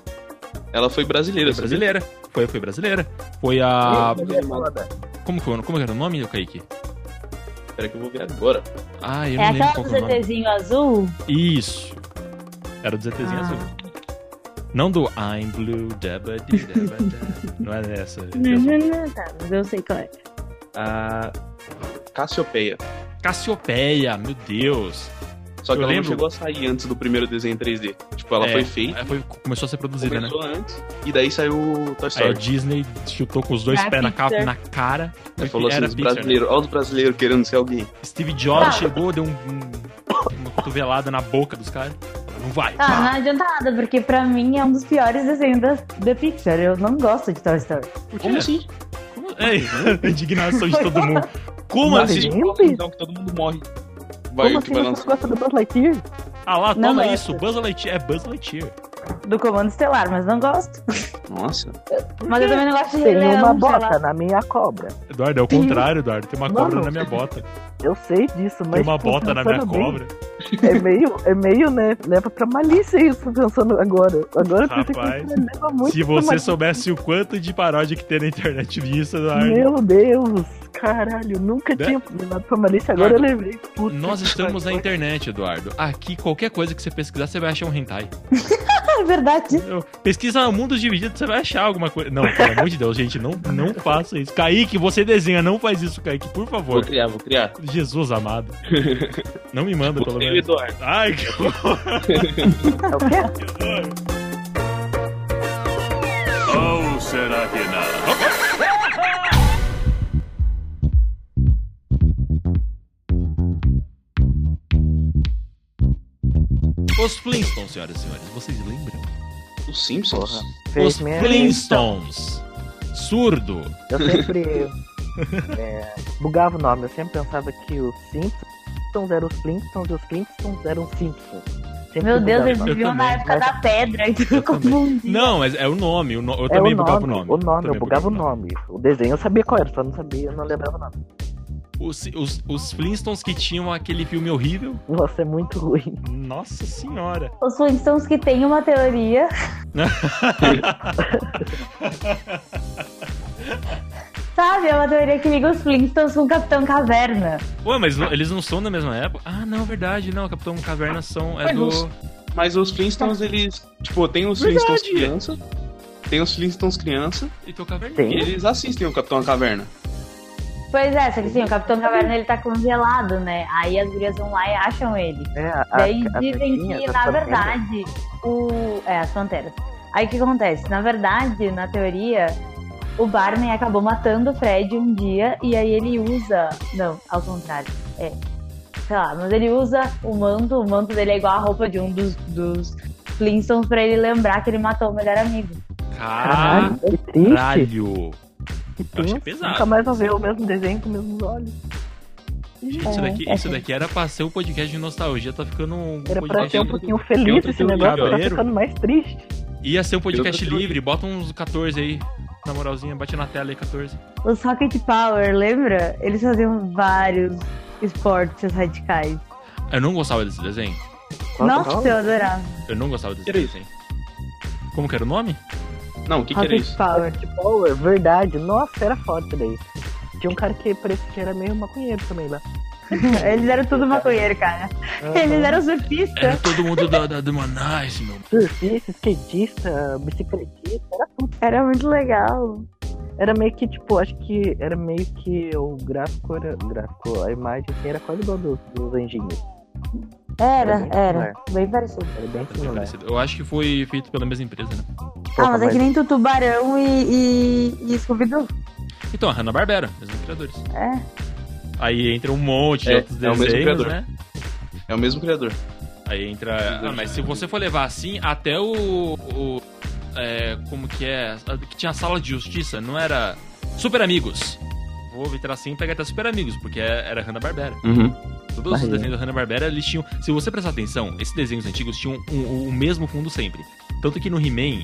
Speaker 4: ela foi
Speaker 1: Foi
Speaker 4: brasileira.
Speaker 1: Ah,
Speaker 4: sabia?
Speaker 1: brasileira. Foi, foi brasileira. Foi a.
Speaker 11: Uhum.
Speaker 2: É foda.
Speaker 1: Como, que, foi- como era o nome, Kaique?
Speaker 4: Espera que eu vou ver agora.
Speaker 1: Ah, eu
Speaker 11: É
Speaker 1: não lembro
Speaker 11: aquela
Speaker 1: qual
Speaker 11: do
Speaker 1: foi o nome.
Speaker 11: ZTzinho azul?
Speaker 1: Isso. Era do ZTzinho
Speaker 11: Ah.
Speaker 1: azul. Não do I'm blue, deba, de, deba, da. Não é
Speaker 11: [LAUGHS]
Speaker 1: dessa.
Speaker 11: Não, não, não, tá, mas eu sei qual é.
Speaker 1: Ah,
Speaker 4: A. Cassiopeia.
Speaker 1: Cassiopeia, meu Deus.
Speaker 4: Só que
Speaker 1: Eu
Speaker 4: ela
Speaker 1: lembro.
Speaker 4: não chegou a sair antes do primeiro desenho em 3D. Tipo, ela
Speaker 1: É,
Speaker 4: foi feita.
Speaker 1: Aí foi- começou a ser produzida, né?
Speaker 4: Começou antes, e daí saiu o Toy
Speaker 1: Aí a
Speaker 4: Story.
Speaker 1: Disney chutou com os dois
Speaker 9: Era
Speaker 1: pés na, ca-
Speaker 9: Pixar.
Speaker 1: na cara.
Speaker 4: Aí falou assim,
Speaker 1: Era
Speaker 4: os
Speaker 1: Pixar, né?
Speaker 4: brasileiros, olha os brasileiros querendo ser alguém.
Speaker 1: Steve Jobs
Speaker 2: Ah.
Speaker 1: chegou, deu um, um- uma cotovelada na boca dos caras. Falou, Não vai.
Speaker 7: Tá,
Speaker 9: Ah, não adianta nada, porque pra mim é um dos piores desenhos da, da Pixar. Eu não gosto de Toy Story.
Speaker 1: Por quê?
Speaker 4: Como assim?
Speaker 1: Como- É, [LAUGHS] a indignação de todo mundo. Como
Speaker 4: Mas
Speaker 1: assim?
Speaker 4: vocês
Speaker 2: Gente.
Speaker 4: colocam, Então que todo mundo morre. Vai,
Speaker 2: Como
Speaker 4: que
Speaker 2: assim
Speaker 4: vai
Speaker 2: você
Speaker 4: lançar.
Speaker 2: gosta do Buzz Lightyear?
Speaker 1: Ah lá,
Speaker 9: Não
Speaker 1: toma
Speaker 9: gosto.
Speaker 1: isso. Buzz Lightyear. É Buzz Lightyear.
Speaker 9: Do Comando Estelar, mas não gosto.
Speaker 4: Nossa.
Speaker 9: Mas eu também não gosto de
Speaker 2: Tem
Speaker 9: Leão,
Speaker 2: uma
Speaker 9: sei lá.
Speaker 2: bota na minha cobra.
Speaker 1: Eduardo, é o contrário, Eduardo. Tem uma cobra
Speaker 2: Mano.
Speaker 1: na minha bota.
Speaker 2: Eu sei disso, mas.
Speaker 1: Tem uma
Speaker 2: tipo,
Speaker 1: bota na minha
Speaker 2: pensando bem,
Speaker 1: cobra.
Speaker 2: É meio, é meio, né? Leva pra malícia isso, pensando agora. Agora eu pensei que
Speaker 1: Rapaz,
Speaker 2: isso leva muito
Speaker 1: Se
Speaker 2: pra
Speaker 1: você
Speaker 2: malícia.
Speaker 1: soubesse o quanto de paródia que tem na internet disso, Eduardo.
Speaker 2: Meu Deus, Caralho, nunca
Speaker 1: Da-
Speaker 2: tinha levado pra malícia, agora eu
Speaker 1: Eduardo,
Speaker 2: lembrei. Puta
Speaker 1: Né? Nós
Speaker 2: que
Speaker 1: estamos na
Speaker 2: pariu.
Speaker 1: internet, Eduardo. Aqui, qualquer coisa que você pesquisar, você vai achar um hentai.
Speaker 7: É verdade.
Speaker 1: Eu- Pesquisa Mundos Divididos, você vai achar alguma coisa. Não, pelo amor de Deus, gente, não, [LAUGHS] não faça isso. Kaique, você desenha, não faz isso, Kaique, por
Speaker 4: Vou
Speaker 1: favor.
Speaker 4: criar, vou criar.
Speaker 1: Jesus amado. Não me manda, pelo
Speaker 4: Botei o
Speaker 1: menos.
Speaker 4: Eduardo.
Speaker 1: Ai, que
Speaker 2: É o quê?
Speaker 12: Ou será que é não?
Speaker 1: Os Flintstones, senhoras e senhores, vocês lembram?
Speaker 4: é. Os Simpsons?
Speaker 2: Porra.
Speaker 1: Os
Speaker 2: Fez minha-
Speaker 1: Flintstones. Surdo.
Speaker 2: Eu sempre é, bugava o nome, eu sempre pensava que os Simpsons eram os Flintstones e os Flintstones eram os Simpsons. Sempre
Speaker 7: Meu Deus,
Speaker 2: bugava
Speaker 7: eles
Speaker 2: o nome.
Speaker 7: viviam na
Speaker 1: também.
Speaker 7: época da pedra, então eu
Speaker 1: também.
Speaker 7: confundi.
Speaker 1: Não, mas é o nome. o no- Eu
Speaker 2: É
Speaker 1: também
Speaker 2: o
Speaker 1: bugava
Speaker 2: nome,
Speaker 1: o nome.
Speaker 2: O nome,
Speaker 1: Também
Speaker 2: eu bugava o nome. O desenho eu sabia qual era, só não sabia, eu não lembrava o nome.
Speaker 1: Os, os, os Flintstones que tinham aquele filme horrível.
Speaker 2: Nossa, é muito ruim.
Speaker 1: Nossa senhora.
Speaker 13: Os Flintstones que tem uma
Speaker 1: [LAUGHS]
Speaker 13: teoria.
Speaker 7: Sabe, é uma teoria que liga os Flintstones com o Capitão Caverna.
Speaker 1: Ué, mas não- eles não são da mesma época? Ah, não, verdade. Não, Capitão Caverna são. É
Speaker 4: Mas
Speaker 1: do.
Speaker 4: os- Mas os Flintstones, eles. Tipo, tem os
Speaker 1: Verdade.
Speaker 4: Flintstones criança. Tem os Flintstones criança.
Speaker 1: Então, Caverna.
Speaker 4: E
Speaker 2: Tem?
Speaker 4: eles assistem o Capitão Caverna.
Speaker 7: Pois é, só que assim, o Capitão Caverna ele tá congelado, né? Aí as gurias vão lá e acham ele.
Speaker 2: É, a, a-
Speaker 7: Daí
Speaker 2: a tá
Speaker 7: dizem
Speaker 2: Santinha
Speaker 7: que,
Speaker 2: da
Speaker 7: na
Speaker 2: Fazenda.
Speaker 7: verdade, o. É, as panteras. Aí o que acontece? Na verdade, na teoria, o Barney acabou matando o Fred um dia e aí ele usa. Não, ao contrário. É. Sei lá, mas ele usa o manto, o manto dele é igual a roupa de um dos, dos Flintstones pra ele lembrar que ele matou o melhor amigo.
Speaker 2: Caralho, Ah, que triste.
Speaker 1: Caralho.
Speaker 2: que
Speaker 1: eu achei
Speaker 2: tenso.
Speaker 1: pesado.
Speaker 2: Nunca mais vou ver o mesmo desenho com os mesmos olhos.
Speaker 1: Gente,
Speaker 2: É,
Speaker 1: isso daqui, isso daqui era pra ser um podcast de nostalgia, tá ficando um
Speaker 2: Era pra
Speaker 1: podcast.
Speaker 2: ser um pouquinho feliz
Speaker 4: outra
Speaker 2: esse
Speaker 4: teoria,
Speaker 2: negócio, tá
Speaker 1: Gabriel?
Speaker 2: ficando mais triste.
Speaker 1: Ia ser um podcast
Speaker 4: Eu tô-
Speaker 1: livre, bota uns 14 aí. Na moralzinha, bate na tela aí 14.
Speaker 7: Os Rocket Power, lembra? Eles faziam vários esportes radicais.
Speaker 1: Eu não gostava desse desenho.
Speaker 7: Nossa, eu adorava.
Speaker 1: Eu não gostava desse
Speaker 4: Era isso.
Speaker 1: desenho. Como que era o nome?
Speaker 4: Não, o que, que era
Speaker 7: Rocket
Speaker 4: isso?
Speaker 7: Power.
Speaker 2: Rocket Power, é verdade. Nossa, era foda isso daí. Tinha um cara que parecia que era meio maconheiro também
Speaker 7: [LAUGHS]
Speaker 2: lá.
Speaker 7: Eles eram tudo maconheiro, cara. Eles eram surfistas.
Speaker 1: Era todo mundo da, da, da Manais, meu.
Speaker 2: Surfista, skatista, bicicletista, era tudo.
Speaker 7: Era muito legal.
Speaker 2: Era meio que, tipo, acho que era meio que o gráfico era. o gráfico, a imagem assim, era quase igual dos, dos anjinhos.
Speaker 7: Era,
Speaker 2: Era,
Speaker 7: era.
Speaker 2: né?
Speaker 7: Bem parecido.
Speaker 2: Era bem assim, né?
Speaker 1: Deve ter
Speaker 2: similar.
Speaker 1: parecido. Eu acho que foi feito pela mesma empresa, né?
Speaker 2: Porra,
Speaker 7: ah, mas é que nem Tutubarão e, e, e Scooby-Doo.
Speaker 1: Então, a Hanna-Barbera, mesmos criadores.
Speaker 7: É.
Speaker 1: Aí entra um monte de
Speaker 4: É,
Speaker 1: outros
Speaker 4: é o mesmo
Speaker 1: desenhos,
Speaker 4: criador.
Speaker 1: né?
Speaker 4: É o mesmo criador.
Speaker 1: Aí entra... Ah, mas se você for levar assim, até o... o- é, como que é? A- Que tinha a sala de justiça, não era... Super Amigos. Vou entrar assim e pegar até Super Amigos, porque é- era Hanna-Barbera.
Speaker 4: Uhum.
Speaker 1: Todos os
Speaker 2: Aí.
Speaker 1: desenhos da Hanna-Barbera, eles tinham... Se você prestar atenção, esses desenhos antigos tinham um- o- o mesmo fundo sempre. Tanto que no He-Man...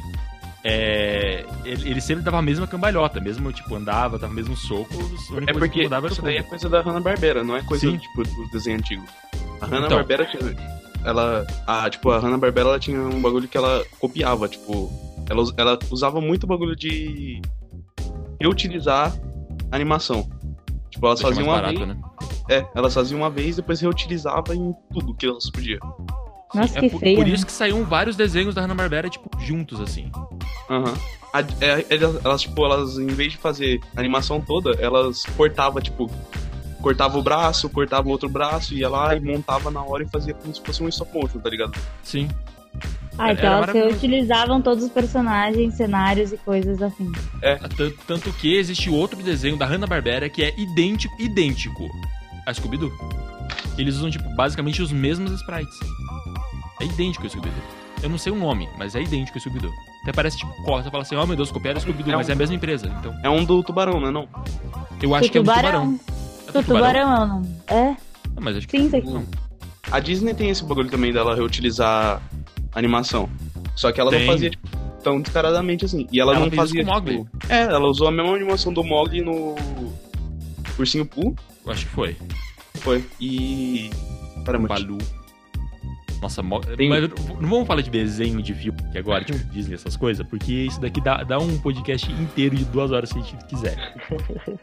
Speaker 1: é, ele, ele sempre dava a mesma cambalhota, mesmo tipo andava, dava o mesmo soco. A única
Speaker 4: É
Speaker 1: coisa que
Speaker 4: porque
Speaker 1: mudava era o
Speaker 4: isso daí é
Speaker 1: fundo.
Speaker 4: coisa da Hanna-Barbera, não é coisa
Speaker 1: Sim. Ah, então.
Speaker 4: tipo do desenho antigo. A Hanna-Barbera tinha- Ela. A, tipo, a Hanna-Barbera ela tinha um bagulho que ela copiava, tipo. Ela, us- ela usava muito o bagulho de reutilizar a animação. Tipo, elas
Speaker 1: Deixa mais
Speaker 4: faziam uma
Speaker 1: barato,
Speaker 4: vez,
Speaker 1: né?
Speaker 4: É, elas faziam uma vez depois reutilizava em tudo que elas podiam.
Speaker 13: Nossa,
Speaker 1: É
Speaker 13: que
Speaker 1: por,
Speaker 13: feio.
Speaker 1: por
Speaker 13: né?
Speaker 1: isso que saíram vários desenhos da Hanna-Barbera, tipo, juntos, assim.
Speaker 4: Aham. A- é, elas, elas, tipo, elas, em vez de fazer a animação toda, elas cortavam, tipo, cortava o braço, cortava o outro braço, ia lá e montava na hora e fazia como se fosse um stop motion, tá ligado?
Speaker 1: Sim.
Speaker 13: Ah, então
Speaker 1: Era
Speaker 13: elas
Speaker 1: maravilhoso.
Speaker 13: reutilizavam todos os personagens, cenários e coisas assim.
Speaker 1: É Tanto, que existe outro desenho da Hanna-Barbera que é idêntico, idêntico a Scooby-Doo. Eles usam, tipo, basicamente os mesmos sprites. É idêntico ao Scooby-Doo. Eu não sei o nome, mas é idêntico ao Scooby-Doo. Até parece, tipo, corta, você fala assim, ó, meu Deus, copiaram o Scooby-Doo,
Speaker 4: É um-
Speaker 1: mas é a mesma empresa. Então,
Speaker 4: É um do tubarão, né? Não.
Speaker 1: eu acho que é um tubarão. É do tubarão?
Speaker 7: um
Speaker 13: Tubarão é o nome. É?
Speaker 1: Ah, Mas acho que...
Speaker 13: Sim, tá aqui.
Speaker 4: Não. A Disney tem esse bagulho também dela reutilizar a animação. Só que ela
Speaker 1: Tem.
Speaker 4: não fazia, tipo, tão descaradamente assim. E ela,
Speaker 1: Ela
Speaker 4: não
Speaker 1: fez isso
Speaker 4: fazia.
Speaker 1: com o Mowgli.
Speaker 4: tipo, é, ela usou a mesma animação do Mogli no Ursinho Pooh,
Speaker 1: Eu acho que foi.
Speaker 4: foi. E. Caramba,
Speaker 1: Balu. Nossa, mo-
Speaker 4: Tem-
Speaker 1: mas não vamos falar de desenho de filme aqui agora, tipo Disney, essas coisas, porque isso daqui dá, dá um podcast inteiro de duas horas se a gente quiser.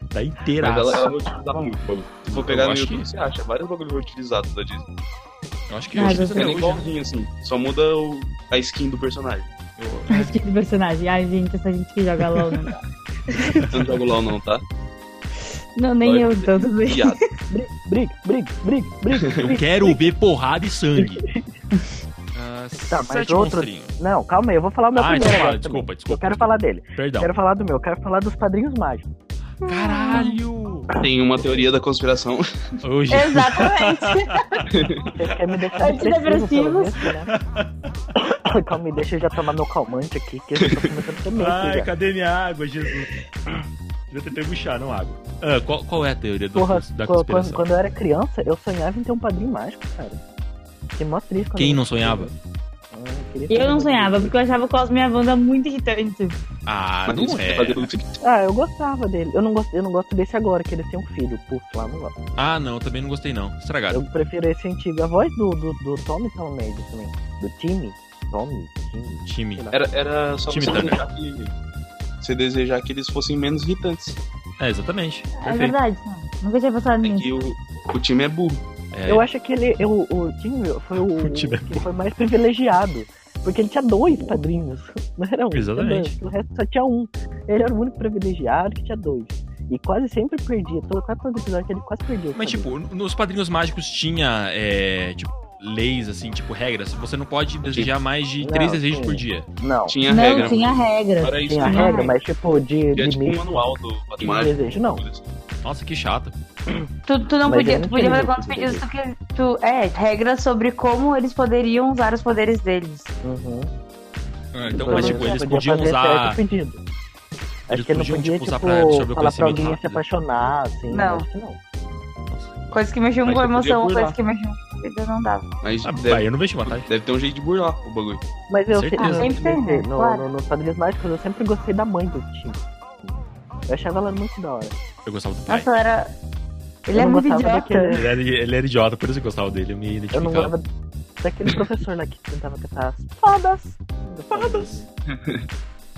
Speaker 1: Tá inteira.
Speaker 4: Mas ela, ela utilizava muito o bagulho. Se for
Speaker 1: Eu
Speaker 4: pegar no
Speaker 1: acho
Speaker 4: YouTube,
Speaker 1: que-
Speaker 4: você acha vários bagulhos reutilizados da Disney.
Speaker 1: Eu acho que
Speaker 11: Ah,
Speaker 1: eu acho que
Speaker 11: eu
Speaker 1: isso
Speaker 11: sei.
Speaker 1: até
Speaker 4: É
Speaker 1: hoje, né?
Speaker 4: igualzinho, assim. Só muda o- a skin do personagem.
Speaker 11: A skin
Speaker 7: tipo
Speaker 11: do personagem. Ai, gente, essa gente que joga LOL não
Speaker 7: né? [LAUGHS]
Speaker 11: dá.
Speaker 4: Você não joga o LOL não, tá?
Speaker 11: Não, nem
Speaker 4: Olha,
Speaker 11: eu tanto bem.
Speaker 7: [LAUGHS]
Speaker 4: Viado.
Speaker 2: Briga, briga, briga,
Speaker 1: [LAUGHS]
Speaker 2: briga.
Speaker 1: Eu quero ver porrada e sangue. Ah,
Speaker 2: Tá, mas
Speaker 1: sete
Speaker 2: outro-
Speaker 1: monstrinhos.
Speaker 2: Não, calma aí, eu vou falar o meu
Speaker 1: Ah,
Speaker 2: primeiro.
Speaker 1: desculpa,
Speaker 2: agora
Speaker 1: desculpa,
Speaker 2: também.
Speaker 1: desculpa. Então.
Speaker 2: Eu quero falar dele.
Speaker 1: Perdão.
Speaker 2: Quero falar do meu, quero falar dos padrinhos mágicos.
Speaker 1: Caralho!
Speaker 4: Tem uma teoria da conspiração.
Speaker 1: Hoje.
Speaker 2: É,
Speaker 9: Exatamente.
Speaker 2: Vocês querem me deixar depressivo, pelo
Speaker 11: Antidepressivos.
Speaker 2: menos, né? [COUGHS] Calma aí, deixa eu já tomar meu calmante aqui, que eu já tô começando a ter medo
Speaker 1: Ai,
Speaker 2: já.
Speaker 1: cadê minha água, Jesus? Devia ter pego chá, não água. Ah, qual, qual é a teoria do,
Speaker 2: Porra,
Speaker 1: da
Speaker 2: quando- quando,
Speaker 1: conspiração?
Speaker 2: quando eu era criança, eu sonhava em ter um padrinho mágico, cara. Fiquei mó triste quando
Speaker 1: Quem
Speaker 2: eu-
Speaker 1: não sonhava?
Speaker 2: Ah, eu queria ter
Speaker 11: Eu não
Speaker 2: um-
Speaker 11: sonhava, porque eu achava o Cosmo e a Wanda muito irritante.
Speaker 1: Ah,
Speaker 4: mas
Speaker 1: não
Speaker 4: isso
Speaker 1: é.
Speaker 4: fazer tudo que-
Speaker 2: Ah, eu gostava dele. Eu não gosto, eu não gosto desse agora, que eles têm um filho. Putz, lá não gosto.
Speaker 1: Ah, não, também não gostei, não. Estragado.
Speaker 2: Eu prefiro esse antigo. A voz do, do, do Tommy Talmage também. Do Timmy. Tommy, Timmy.
Speaker 1: Time.
Speaker 4: Era, era só
Speaker 1: Time
Speaker 4: você
Speaker 1: Turner.
Speaker 4: desejar, que, você desejar que eles fossem menos irritantes.
Speaker 1: É, exatamente.
Speaker 9: É
Speaker 1: Perfeito.
Speaker 9: verdade. Nunca tinha pensado
Speaker 4: É
Speaker 9: nisso.
Speaker 4: que o, o time é burro.
Speaker 1: É,
Speaker 2: Eu acho que ele. Eu, o Timmy foi o,
Speaker 1: [LAUGHS] O Timmy é
Speaker 2: que foi mais privilegiado. Porque ele tinha dois padrinhos. [LAUGHS] Não era um. tinha
Speaker 1: Exatamente.
Speaker 2: dois. O resto só tinha um. Ele era o único privilegiado que tinha dois. E quase sempre perdia. Todo, quase todo episódio ele quase perdia. o
Speaker 1: Mas,
Speaker 2: padrinho.
Speaker 1: tipo, nos Padrinhos Mágicos tinha, é, tipo, leis, assim, tipo, regras. Você não pode desejar mais de
Speaker 2: Não,
Speaker 1: três desejos
Speaker 2: sim.
Speaker 1: por dia.
Speaker 2: Não.
Speaker 1: tipo,
Speaker 4: Tinha
Speaker 9: não,
Speaker 4: regra.
Speaker 9: tinha regra.
Speaker 4: Era isso.
Speaker 2: Tinha a
Speaker 4: né?
Speaker 2: regra, mas tipo,
Speaker 1: é
Speaker 2: de
Speaker 4: Tinha tipo um
Speaker 2: limite.
Speaker 4: manual do
Speaker 2: de
Speaker 4: matemático.
Speaker 2: desejo, não.
Speaker 1: Nossa, que chato.
Speaker 9: Tu, tu não
Speaker 2: Mas é
Speaker 9: podia,
Speaker 2: eu não
Speaker 9: tu podia
Speaker 2: entendi
Speaker 9: fazer
Speaker 2: o
Speaker 9: quantos
Speaker 2: que tu
Speaker 9: pedidos tu quis. Tu, é, regras sobre como eles poderiam usar os poderes deles.
Speaker 2: Uhum.
Speaker 1: Ah, Então,
Speaker 2: Pelo
Speaker 1: mas,
Speaker 2: menos
Speaker 1: tipo,
Speaker 2: ele
Speaker 1: eles
Speaker 2: podia
Speaker 1: podiam
Speaker 2: fazer
Speaker 1: usar...
Speaker 2: certo pedido. Acho
Speaker 1: Eles
Speaker 2: que ele não
Speaker 1: podiam,
Speaker 2: podia,
Speaker 1: tipo, usar pra absorver
Speaker 2: tipo,
Speaker 1: o
Speaker 2: falar pra
Speaker 1: conhecimento
Speaker 2: alguém se
Speaker 1: rápido.
Speaker 2: apaixonar, assim.
Speaker 9: Não.
Speaker 2: Acho que não.
Speaker 9: Coisas que mexiam
Speaker 4: Mas
Speaker 9: com
Speaker 4: tu podia
Speaker 9: emoção,
Speaker 4: burlar.
Speaker 9: coisas que mexiam com vida, não dava.
Speaker 4: Mas
Speaker 1: Ah,
Speaker 4: deve,
Speaker 1: aí eu não vejo vantagem.
Speaker 4: deve ter um jeito de burlar o bagulho.
Speaker 2: Mas eu
Speaker 1: Certeza.
Speaker 2: eu-
Speaker 9: Ah, sempre tem, né?
Speaker 2: no,
Speaker 9: Claro.
Speaker 2: no, nos Padrinhos Mágicos eu sempre gostei da mãe do time. Eu achava ela muito da hora.
Speaker 1: Eu gostava do pai.
Speaker 9: Nossa, era. Ele
Speaker 2: Eu
Speaker 9: é
Speaker 2: não
Speaker 9: muito
Speaker 2: gostava
Speaker 9: idiota.
Speaker 2: daquele-
Speaker 1: Ele era, ele era idiota, por isso que eu gostava dele. Eu me
Speaker 2: Eu não
Speaker 1: identificava.
Speaker 2: gostava daquele professor lá que tentava cantar as fadas. Fadas.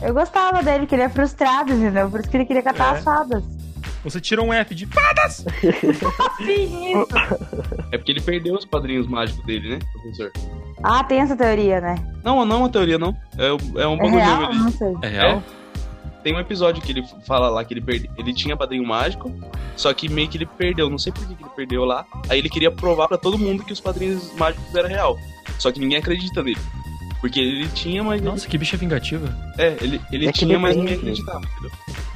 Speaker 9: Eu gostava dele, que ele é frustrado, entendeu? Por isso que ele queria catar
Speaker 1: É.
Speaker 9: as fadas.
Speaker 1: Você tirou um F de...
Speaker 9: Sim, isso.
Speaker 4: É porque ele perdeu os padrinhos mágicos dele, né, professor?
Speaker 9: Ah, tem essa teoria, né?
Speaker 4: Não, não é uma teoria, não. É, um- é um
Speaker 9: É
Speaker 4: bagulho
Speaker 9: real?
Speaker 4: mesmo.
Speaker 9: Não sei.
Speaker 1: É real?
Speaker 4: Ele- Tem um episódio que ele fala lá que ele perde... ele tinha padrinho mágico, só que meio que ele perdeu. Não sei por que que ele perdeu lá. Aí ele queria provar pra todo mundo que os padrinhos mágicos eram real. Só que ninguém acredita nele. Porque ele tinha, mas.
Speaker 1: Nossa, que bicha vingativa.
Speaker 4: É, ele, ele
Speaker 2: É que
Speaker 4: tinha, mas ninguém
Speaker 2: depende.
Speaker 4: acreditava, entendeu?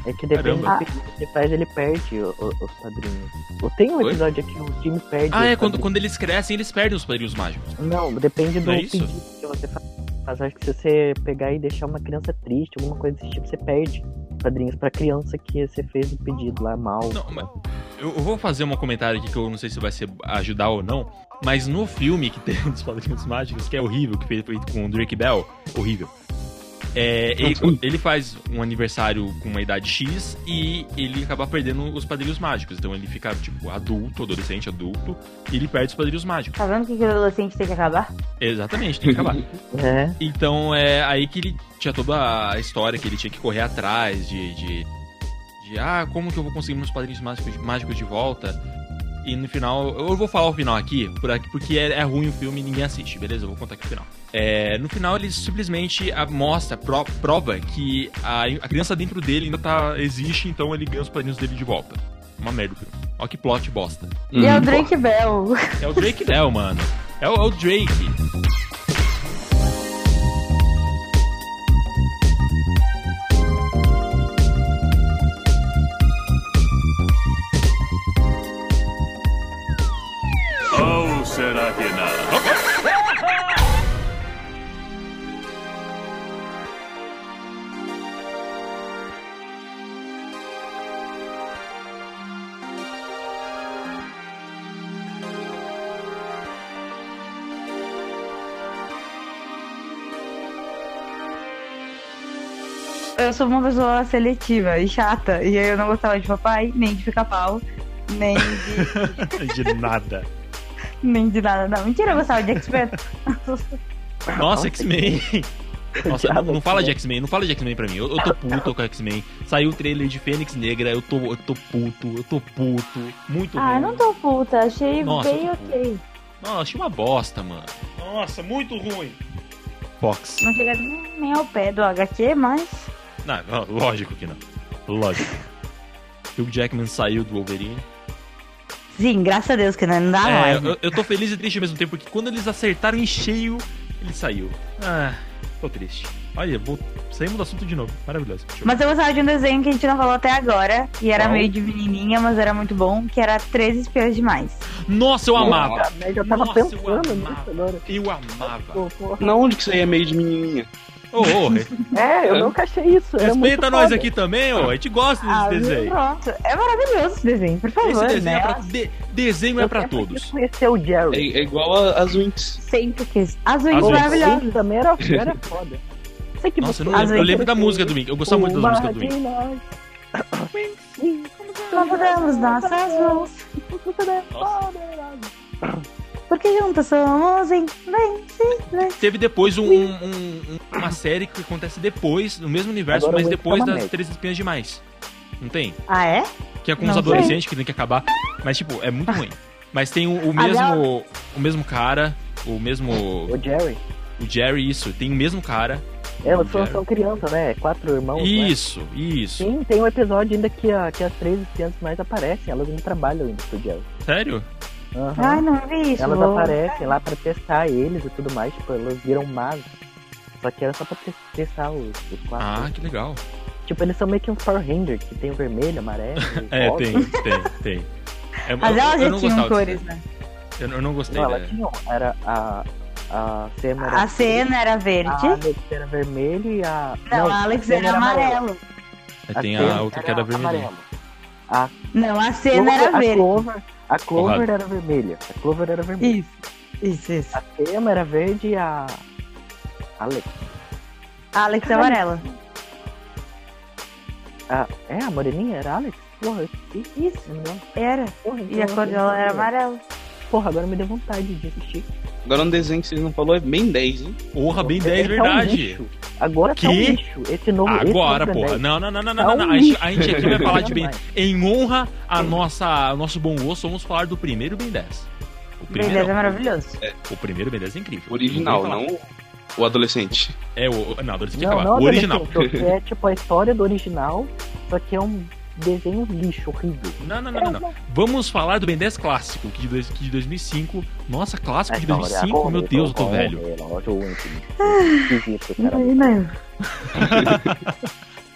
Speaker 2: É que depende
Speaker 1: Caramba.
Speaker 2: do que você faz, ele perde o- o- os padrinhos. Ou Tem um
Speaker 4: Oi?
Speaker 2: episódio que o time perde.
Speaker 1: Ah, é,
Speaker 2: os
Speaker 1: quando,
Speaker 2: padrinhos.
Speaker 1: quando eles crescem, eles perdem os padrinhos mágicos.
Speaker 2: Não, depende do
Speaker 1: Não é isso?
Speaker 2: pedido que você faz. Mas acho que se você pegar e deixar uma criança triste, alguma coisa desse tipo, você perde padrinhos pra criança que você fez o pedido lá mal.
Speaker 1: Não, mas eu, eu vou fazer um comentário aqui que eu não sei se vai ser ajudar ou não, mas no filme que tem um dos Padrinhos Mágicos, que é horrível, que foi feito com o Drake Bell, horrível. É, ele, ele faz um aniversário com uma idade X e ele acaba perdendo os padrinhos mágicos. Então ele fica, tipo, adulto, adolescente, adulto, e ele perde os padrinhos mágicos.
Speaker 9: Tá vendo que aquele adolescente tem que acabar?
Speaker 1: Exatamente, tem que acabar.
Speaker 2: É.
Speaker 1: Então é aí que ele tinha toda a história que ele tinha que correr atrás de. de, de, ah, como que eu vou conseguir meus padrinhos mágicos, mágicos de volta? E no final, eu vou falar o final aqui, por aqui porque é, é ruim o filme e ninguém assiste, beleza? Eu vou contar aqui o final. É, no final, ele simplesmente ah, mostra, pro- prova que a, a criança dentro dele ainda tá, existe, então ele ganha os padrinhos dele de volta. Uma merda, o filme. Olha que plot bosta.
Speaker 9: E é o
Speaker 4: Uhum.
Speaker 9: Drake Bell.
Speaker 1: É o Drake Bell, mano. É o, é o Drake.
Speaker 8: Ou será que não?
Speaker 9: Eu sou uma pessoa seletiva e chata. E aí eu não gostava de papai, nem de pica-pau, nem de.
Speaker 1: De nada.
Speaker 7: Nem de nada, não. Mentira, eu gostava de X-Men.
Speaker 1: Nossa, X-Men. [LAUGHS] Nossa, não,
Speaker 2: Odiava
Speaker 1: não fala de
Speaker 2: X-Men.
Speaker 1: X-Men, não fala de X-Men pra mim. Eu, eu tô puto com X-Men. Saiu o trailer de Fênix Negra, eu tô, eu tô puto, eu tô puto. Muito
Speaker 9: Ah,
Speaker 1: ruim.
Speaker 9: não tô puta, achei
Speaker 1: Nossa,
Speaker 9: bem
Speaker 1: eu tô
Speaker 9: ok.
Speaker 1: Nossa, achei uma bosta, mano. Nossa, muito ruim. Fox.
Speaker 7: Não chega nem nem ao pé do HQ, mas.
Speaker 1: Não, não, lógico que não. Lógico. Hugh Jackman saiu do Wolverine.
Speaker 7: Sim, graças a Deus que não, não dá
Speaker 1: É,
Speaker 7: mais.
Speaker 1: eu, eu tô feliz e triste ao mesmo tempo, porque quando eles acertaram em cheio, ele saiu. Ah, tô triste. Olha, vou... saímos do assunto de novo. Maravilhoso. Deixa eu-
Speaker 7: Mas eu gostava de um desenho que a gente não falou até agora, e era
Speaker 1: Qual?
Speaker 7: meio de menininha, mas era muito bom, que era Três Espiãs Demais.
Speaker 1: Nossa, eu amava.
Speaker 2: Merda, Ah, eu tava
Speaker 1: Nossa, eu
Speaker 2: pensando nisso
Speaker 1: amava.
Speaker 2: agora.
Speaker 1: Eu amava.
Speaker 2: Pô, porra.
Speaker 4: Na onde que isso aí é meio de menininha?
Speaker 1: Ô,
Speaker 2: [LAUGHS]
Speaker 1: ô, re-
Speaker 2: É, eu nunca achei isso. era
Speaker 1: respeita
Speaker 2: muito
Speaker 1: nós
Speaker 2: foda.
Speaker 1: aqui também, ô. A gente gosta desse
Speaker 7: Ah,
Speaker 1: desenho.
Speaker 7: Pronto. É maravilhoso esse desenho, por favor.
Speaker 1: Esse desenho
Speaker 7: né?
Speaker 1: é pra, de- desenho é
Speaker 2: Eu
Speaker 1: pra
Speaker 2: sempre
Speaker 1: todos.
Speaker 2: quis conhecer o
Speaker 4: É,
Speaker 2: Jerry.
Speaker 4: é igual a- as Winx.
Speaker 7: Sempre quis. As Wings
Speaker 1: As Wings.
Speaker 7: maravilhosas.
Speaker 2: Ele também
Speaker 1: [LAUGHS]
Speaker 2: era, era foda. Sei que
Speaker 1: Nossa, eu, não
Speaker 7: Às
Speaker 1: lembro, eu
Speaker 7: vezes
Speaker 1: lembro da
Speaker 2: ele-
Speaker 1: música do Wink. Eu gostava muito das músicas do Wink.
Speaker 7: Convidamos nossas mãos. Porque juntas somos invencíveis.
Speaker 1: Teve depois um- um- um- uma série que acontece depois, no mesmo universo,
Speaker 2: Agora eu
Speaker 1: mas
Speaker 2: vou
Speaker 1: depois
Speaker 2: ficar uma
Speaker 1: das
Speaker 2: merda.
Speaker 1: Três Espinhas Demais. Não tem?
Speaker 7: Ah, é?
Speaker 1: Que é com
Speaker 7: Não
Speaker 1: os
Speaker 7: sei.
Speaker 1: adolescentes que tem que acabar. Mas, tipo, é
Speaker 2: Ah.
Speaker 1: muito ruim. Mas tem o, o mesmo. O mesmo cara, o mesmo.
Speaker 2: O Jerry. é,
Speaker 1: O Jerry, isso. Tem o mesmo cara.
Speaker 2: Elas
Speaker 1: O
Speaker 2: são,
Speaker 1: Jerry.
Speaker 2: são criança, né? Quatro irmãos. né?
Speaker 1: Isso, isso.
Speaker 2: Sim, tem um episódio ainda que, a, que as três espiãs mais aparecem. Elas não trabalham ainda pro Jerry.
Speaker 1: Sério?
Speaker 2: Aham.
Speaker 7: Ai, não vi isso.
Speaker 2: Elas
Speaker 1: tá
Speaker 7: vou-
Speaker 2: aparecem lá pra testar eles e tudo mais, tipo, elas viram magos. Só que era só pra te- testar os, os quatro.
Speaker 1: Ah, que legal.
Speaker 2: Tipo, eles são meio que uns Power Ranger, que tem o
Speaker 1: [LAUGHS]
Speaker 2: vermelho, amarelo.
Speaker 1: É,
Speaker 2: rosa.
Speaker 1: tem, tem, tem. É,
Speaker 7: Mas
Speaker 1: eu-
Speaker 7: elas
Speaker 1: eu
Speaker 7: já
Speaker 1: não gostava
Speaker 7: tinham
Speaker 1: dessa
Speaker 7: cores, né?
Speaker 1: ideia. Eu, eu não gostei
Speaker 2: Não, ela
Speaker 1: dela.
Speaker 2: tinha. um- Era a. A cena era.
Speaker 7: A cena era verde.
Speaker 2: A
Speaker 1: Ah,
Speaker 2: Alex era vermelho e a.
Speaker 7: não, a Alex
Speaker 2: Senna
Speaker 7: era amarelo.
Speaker 1: Aí Tem
Speaker 2: Senna
Speaker 1: a outra que era vermelha.
Speaker 2: é amarela.
Speaker 7: Não, a cena era
Speaker 2: a
Speaker 7: verde.
Speaker 2: Clover, a Clover
Speaker 1: Porrada.
Speaker 2: era vermelha. A Clover era vermelha.
Speaker 7: Isso. Isso, isso.
Speaker 2: A Tema era verde e a. Alex.
Speaker 7: A Alex é amarela.
Speaker 2: A... É, a moreninha era Alex? Porra, eu esqueci isso, não.
Speaker 7: Era.
Speaker 2: Porra,
Speaker 7: E a
Speaker 2: então
Speaker 7: cor
Speaker 2: eu-
Speaker 7: dela era amarela.
Speaker 2: Porra, agora me deu vontade de assistir.
Speaker 4: Agora um desenho que vocês não falou é bem 10, hein?
Speaker 1: Porra, bem
Speaker 2: Esse
Speaker 1: 10,
Speaker 2: tá um
Speaker 1: verdade.
Speaker 2: lixo. Agora tá um
Speaker 1: Que?
Speaker 2: lixo. Esse novo. esse
Speaker 1: Agora,
Speaker 2: novo
Speaker 1: porra.
Speaker 2: Ben 10.
Speaker 1: Não, não, não, não,
Speaker 2: Tá
Speaker 1: não, não, não.
Speaker 2: um
Speaker 1: A, gente,
Speaker 2: lixo.
Speaker 1: a gente aqui vai falar de Ben.
Speaker 2: Jamais.
Speaker 1: Em honra a nossa, ao nosso bom gosto, vamos falar do primeiro Ben 10. O
Speaker 7: Bem, deve é
Speaker 1: primeiro,
Speaker 7: maravilhoso.
Speaker 1: o primeiro Ben 10 é incrível.
Speaker 4: O original,
Speaker 1: Ninguém fala.
Speaker 4: não o adolescente.
Speaker 1: É o. Não, adolescente tem que
Speaker 2: Não,
Speaker 1: acabar.
Speaker 2: não,
Speaker 1: O original.
Speaker 2: adolescente, É tipo a história do original, só que é um desenho lixo, horrível.
Speaker 1: Não, não, não, não, não. Vamos falar do Ben 10 clássico, que de, dois- que de 2005. Nossa, clássico de 2005, meu Deus, eu tô velho.
Speaker 2: Esquisito, cara.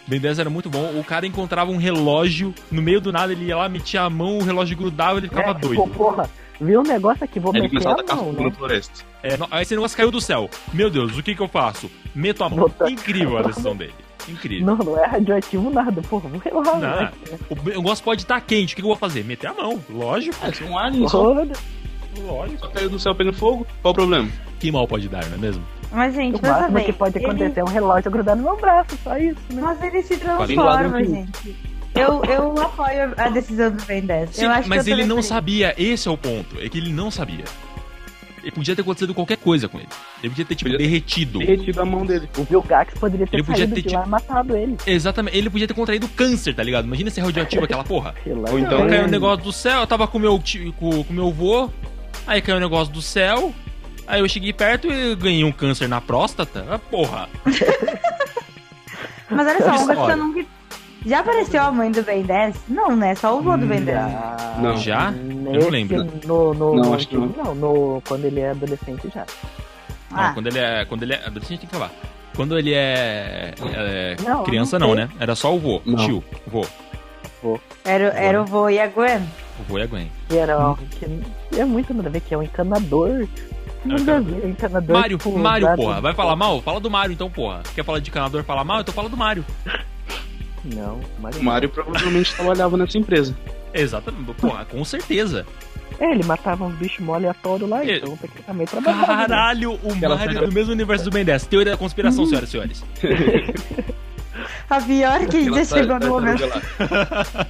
Speaker 1: Ben 10 era muito bom. O cara encontrava um relógio, no meio do nada ele ia lá, metia a mão, o relógio grudava, ele ficava
Speaker 2: É,
Speaker 1: doido.
Speaker 2: tipo, porra, viu um negócio aqui, vou
Speaker 4: Aí ele
Speaker 2: meter
Speaker 4: começava a
Speaker 2: a
Speaker 4: tacar
Speaker 2: mão,
Speaker 4: fogo
Speaker 2: né?
Speaker 4: na floresta.
Speaker 1: É, não- aí esse negócio caiu do céu. Meu Deus, o que que eu faço? Meto a mão.
Speaker 2: Nota.
Speaker 1: Incrível a decisão dele. Incrível.
Speaker 2: Não, não é radioativo nada, porra, vou lá,
Speaker 1: Não.
Speaker 2: né?
Speaker 1: O be- o negócio pode estar quente. O que que eu vou fazer? Meter a mão. Lógico,
Speaker 4: É, um alien só,
Speaker 2: Porra,
Speaker 1: lógico.
Speaker 4: só caiu do céu pegando fogo. Qual o problema?
Speaker 1: Que mal pode dar, não é mesmo?
Speaker 7: Mas,
Speaker 2: O
Speaker 7: gente, pensa
Speaker 2: máximo
Speaker 7: bem.
Speaker 2: que pode
Speaker 7: ele-
Speaker 2: acontecer é um relógio grudar no meu braço, só isso, né?
Speaker 7: Mas ele se
Speaker 4: Quadro
Speaker 7: transforma,
Speaker 4: quadro
Speaker 7: gente. Eu, eu apoio a decisão do Ben 10.
Speaker 1: Sim,
Speaker 7: eu acho
Speaker 1: mas
Speaker 7: que eu
Speaker 1: ele não
Speaker 7: também-
Speaker 1: sabia. Esse é o ponto. É que ele não sabia. Ele podia ter acontecido qualquer coisa com ele. Ele podia ter, tipo,
Speaker 4: Podia ter-
Speaker 1: derretido.
Speaker 4: Derretido a mão dele.
Speaker 2: O Vilgax poderia ter
Speaker 1: Ele podia
Speaker 2: saído
Speaker 1: ter
Speaker 2: de
Speaker 1: tido-
Speaker 2: lá e matado ele.
Speaker 1: Exatamente. Ele podia ter contraído câncer, tá ligado? Imagina ser radioativo aquela porra.
Speaker 2: Sei lá.
Speaker 4: Ou então-
Speaker 1: Aí caiu um
Speaker 4: Hum.
Speaker 1: negócio do céu, eu tava com meu tio, com, com meu vô, aí caiu um negócio do céu, aí eu cheguei perto e ganhei um câncer na próstata. Ah, porra.
Speaker 7: Mas olha só, uma coisa que
Speaker 1: Olha.
Speaker 7: eu nunca. Já apareceu a mãe do Ben 10? Não, né? Só o vô do Ben
Speaker 1: Hum,
Speaker 7: 10.
Speaker 2: Já-
Speaker 4: Não.
Speaker 1: Já?
Speaker 2: Nesse,
Speaker 1: Eu não lembro.
Speaker 2: No, no,
Speaker 4: Não, acho que
Speaker 2: no- no- quando ele é adolescente já.
Speaker 1: Não,
Speaker 7: Ah.
Speaker 1: quando ele é. Quando ele é. Adolescente tem que acabar. Quando ele é. é,
Speaker 2: Não,
Speaker 1: criança não, né? Era só o vô.
Speaker 4: Não.
Speaker 1: Tio. Vô.
Speaker 7: Era, era o vô e a Gwen.
Speaker 1: O vô e a Gwen.
Speaker 2: Que era ó, que é muito nada a ver, que é um encanador. Nada a ver, encanador.
Speaker 1: Mário,
Speaker 2: tipo,
Speaker 1: Mário,
Speaker 2: usado-
Speaker 1: porra. Vai falar mal? Fala do Mário então, porra. Quer falar de canador falar mal? Então fala do Mário.
Speaker 2: Não, Mário.
Speaker 4: O Mario provavelmente trabalhava nessa
Speaker 7: [LAUGHS]
Speaker 4: empresa.
Speaker 1: Exatamente. Porra, com certeza.
Speaker 2: É, ele matava uns bichos mó aleatório lá,
Speaker 1: É.
Speaker 2: então tecnicamente trabalhava. né?
Speaker 1: Caralho, o
Speaker 4: Ela
Speaker 1: Mário é
Speaker 4: pega-
Speaker 1: do mesmo universo do Ben 10. Teoria da conspiração, senhoras e senhores.
Speaker 7: A pior que
Speaker 4: Aquela
Speaker 7: já
Speaker 4: tá-
Speaker 7: chegou no
Speaker 4: tartaruga
Speaker 7: momento.
Speaker 4: lá.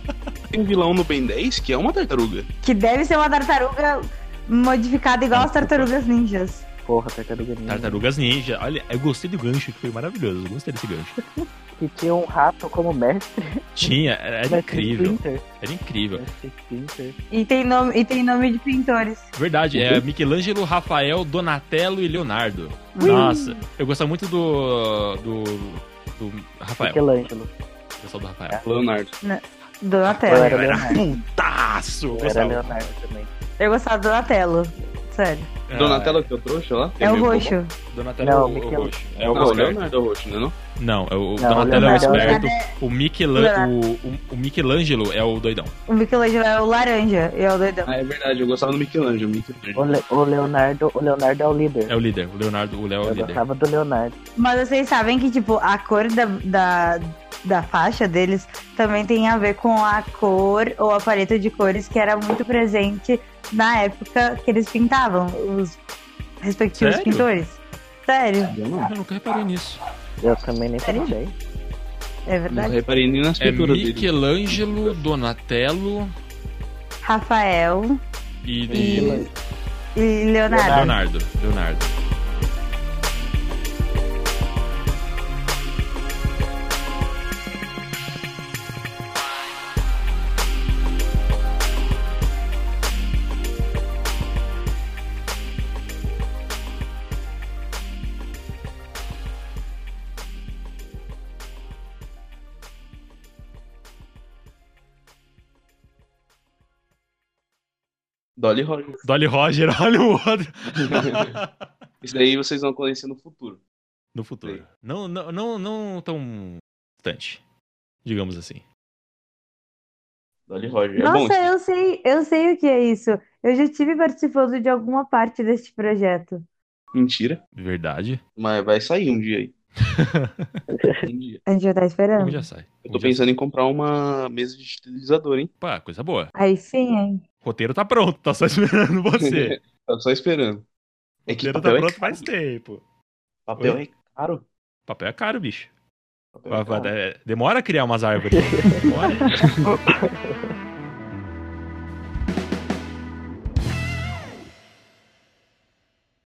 Speaker 4: Tem um vilão no Ben 10 que é uma tartaruga.
Speaker 7: Que deve ser uma tartaruga Modificado igual as tartarugas ninjas.
Speaker 2: Porra, tartaruga ninja.
Speaker 1: Tartarugas Ninja. Olha, eu gostei do gancho, que foi maravilhoso. Eu gostei desse gancho.
Speaker 2: Que tinha um rato como mestre. um
Speaker 1: Tinha, era era
Speaker 2: mestre
Speaker 1: É incrível.
Speaker 2: Splinter.
Speaker 1: Era incrível.
Speaker 2: Mestre Splinter.
Speaker 7: E tem nome, e tem nome de pintores.
Speaker 1: Verdade, é
Speaker 2: Uhum.
Speaker 1: Michelangelo, Rafael, Donatello e Leonardo.
Speaker 2: Uhum.
Speaker 1: Nossa, eu gostava muito do. do. do Rafael.
Speaker 2: Michelangelo.
Speaker 1: O pessoal do
Speaker 2: É.
Speaker 1: Rafael.
Speaker 4: Leonardo.
Speaker 2: Eu
Speaker 7: Donatello.
Speaker 2: era
Speaker 1: Eu era [LAUGHS]
Speaker 2: Leonardo.
Speaker 1: putaço!
Speaker 2: Eu era
Speaker 1: gostava.
Speaker 2: Leonardo também.
Speaker 7: Eu gostava do Donatello. Sério.
Speaker 1: Ah,
Speaker 4: Donatello que eu trouxe lá?
Speaker 7: É o roxo.
Speaker 1: Donatello
Speaker 2: Não,
Speaker 1: é o-
Speaker 2: Michel-
Speaker 1: o roxo. É o
Speaker 4: Não, o
Speaker 1: Oscar.
Speaker 4: Leonardo é o roxo, não é não?
Speaker 1: Não, é o
Speaker 2: Não,
Speaker 1: Donatello é o
Speaker 2: Leonardo é o
Speaker 1: esperto. O, Michelan... o, o- o Michelangelo é o doidão.
Speaker 7: O Michelangelo é o laranja. E é o doidão.
Speaker 4: Ah, é verdade, eu gostava do Michelangelo. Michelangelo.
Speaker 2: O, Le- o Leonardo, o Leonardo é o líder.
Speaker 1: É o líder. O Leonardo, o Léo é o
Speaker 2: Eu
Speaker 1: líder.
Speaker 2: gostava do Leonardo.
Speaker 7: Mas vocês sabem que, tipo, a cor da, da, da faixa deles também tem a ver com a cor ou a paleta de cores que era muito presente na época que eles pintavam, os respectivos
Speaker 1: Sério?
Speaker 7: pintores. Sério,
Speaker 4: Eu não,
Speaker 1: Eu nunca reparei nisso.
Speaker 2: Eu também nem tenho
Speaker 7: Sério?
Speaker 2: ideia.
Speaker 7: é
Speaker 4: não
Speaker 7: verdade.
Speaker 4: reparei nem nas
Speaker 1: É
Speaker 4: pinturas dele.
Speaker 1: Michelangelo, Donatello
Speaker 7: Rafael
Speaker 1: e, e-
Speaker 7: e, e Leonardo.
Speaker 1: Leonardo. Leonardo.
Speaker 4: Dolly Roger.
Speaker 1: Dolly Roger, [LAUGHS] olha o outro.
Speaker 4: Isso daí vocês vão conhecer no futuro.
Speaker 1: No futuro. Não, não, não, não tão distante. Digamos assim.
Speaker 4: Dolly Roger. é bom.
Speaker 7: Nossa,
Speaker 4: isso.
Speaker 7: eu sei, eu sei o que é isso. Eu já tive participando de alguma parte deste projeto.
Speaker 4: Mentira.
Speaker 1: Verdade.
Speaker 4: Mas vai sair um dia aí.
Speaker 1: [LAUGHS]
Speaker 4: um dia.
Speaker 7: A gente já tá
Speaker 1: Como
Speaker 7: esperando.
Speaker 1: já sai.
Speaker 4: Eu
Speaker 1: Um
Speaker 4: tô
Speaker 1: dia
Speaker 4: pensando em comprar uma mesa de estilizador, hein?
Speaker 1: sai. Pá, coisa boa.
Speaker 7: Aí sim, hein?
Speaker 1: O roteiro tá pronto, tá só
Speaker 4: [LAUGHS]
Speaker 1: esperando você.
Speaker 4: Tô só esperando.
Speaker 1: O
Speaker 4: É que
Speaker 1: roteiro tá
Speaker 4: papel é
Speaker 1: pronto
Speaker 4: caro.
Speaker 1: faz tempo.
Speaker 4: Papel
Speaker 1: Oi?
Speaker 4: é caro.
Speaker 1: Papel é caro, bicho.
Speaker 4: Papel é caro.
Speaker 1: [LAUGHS] Demora a criar umas árvores. Demora.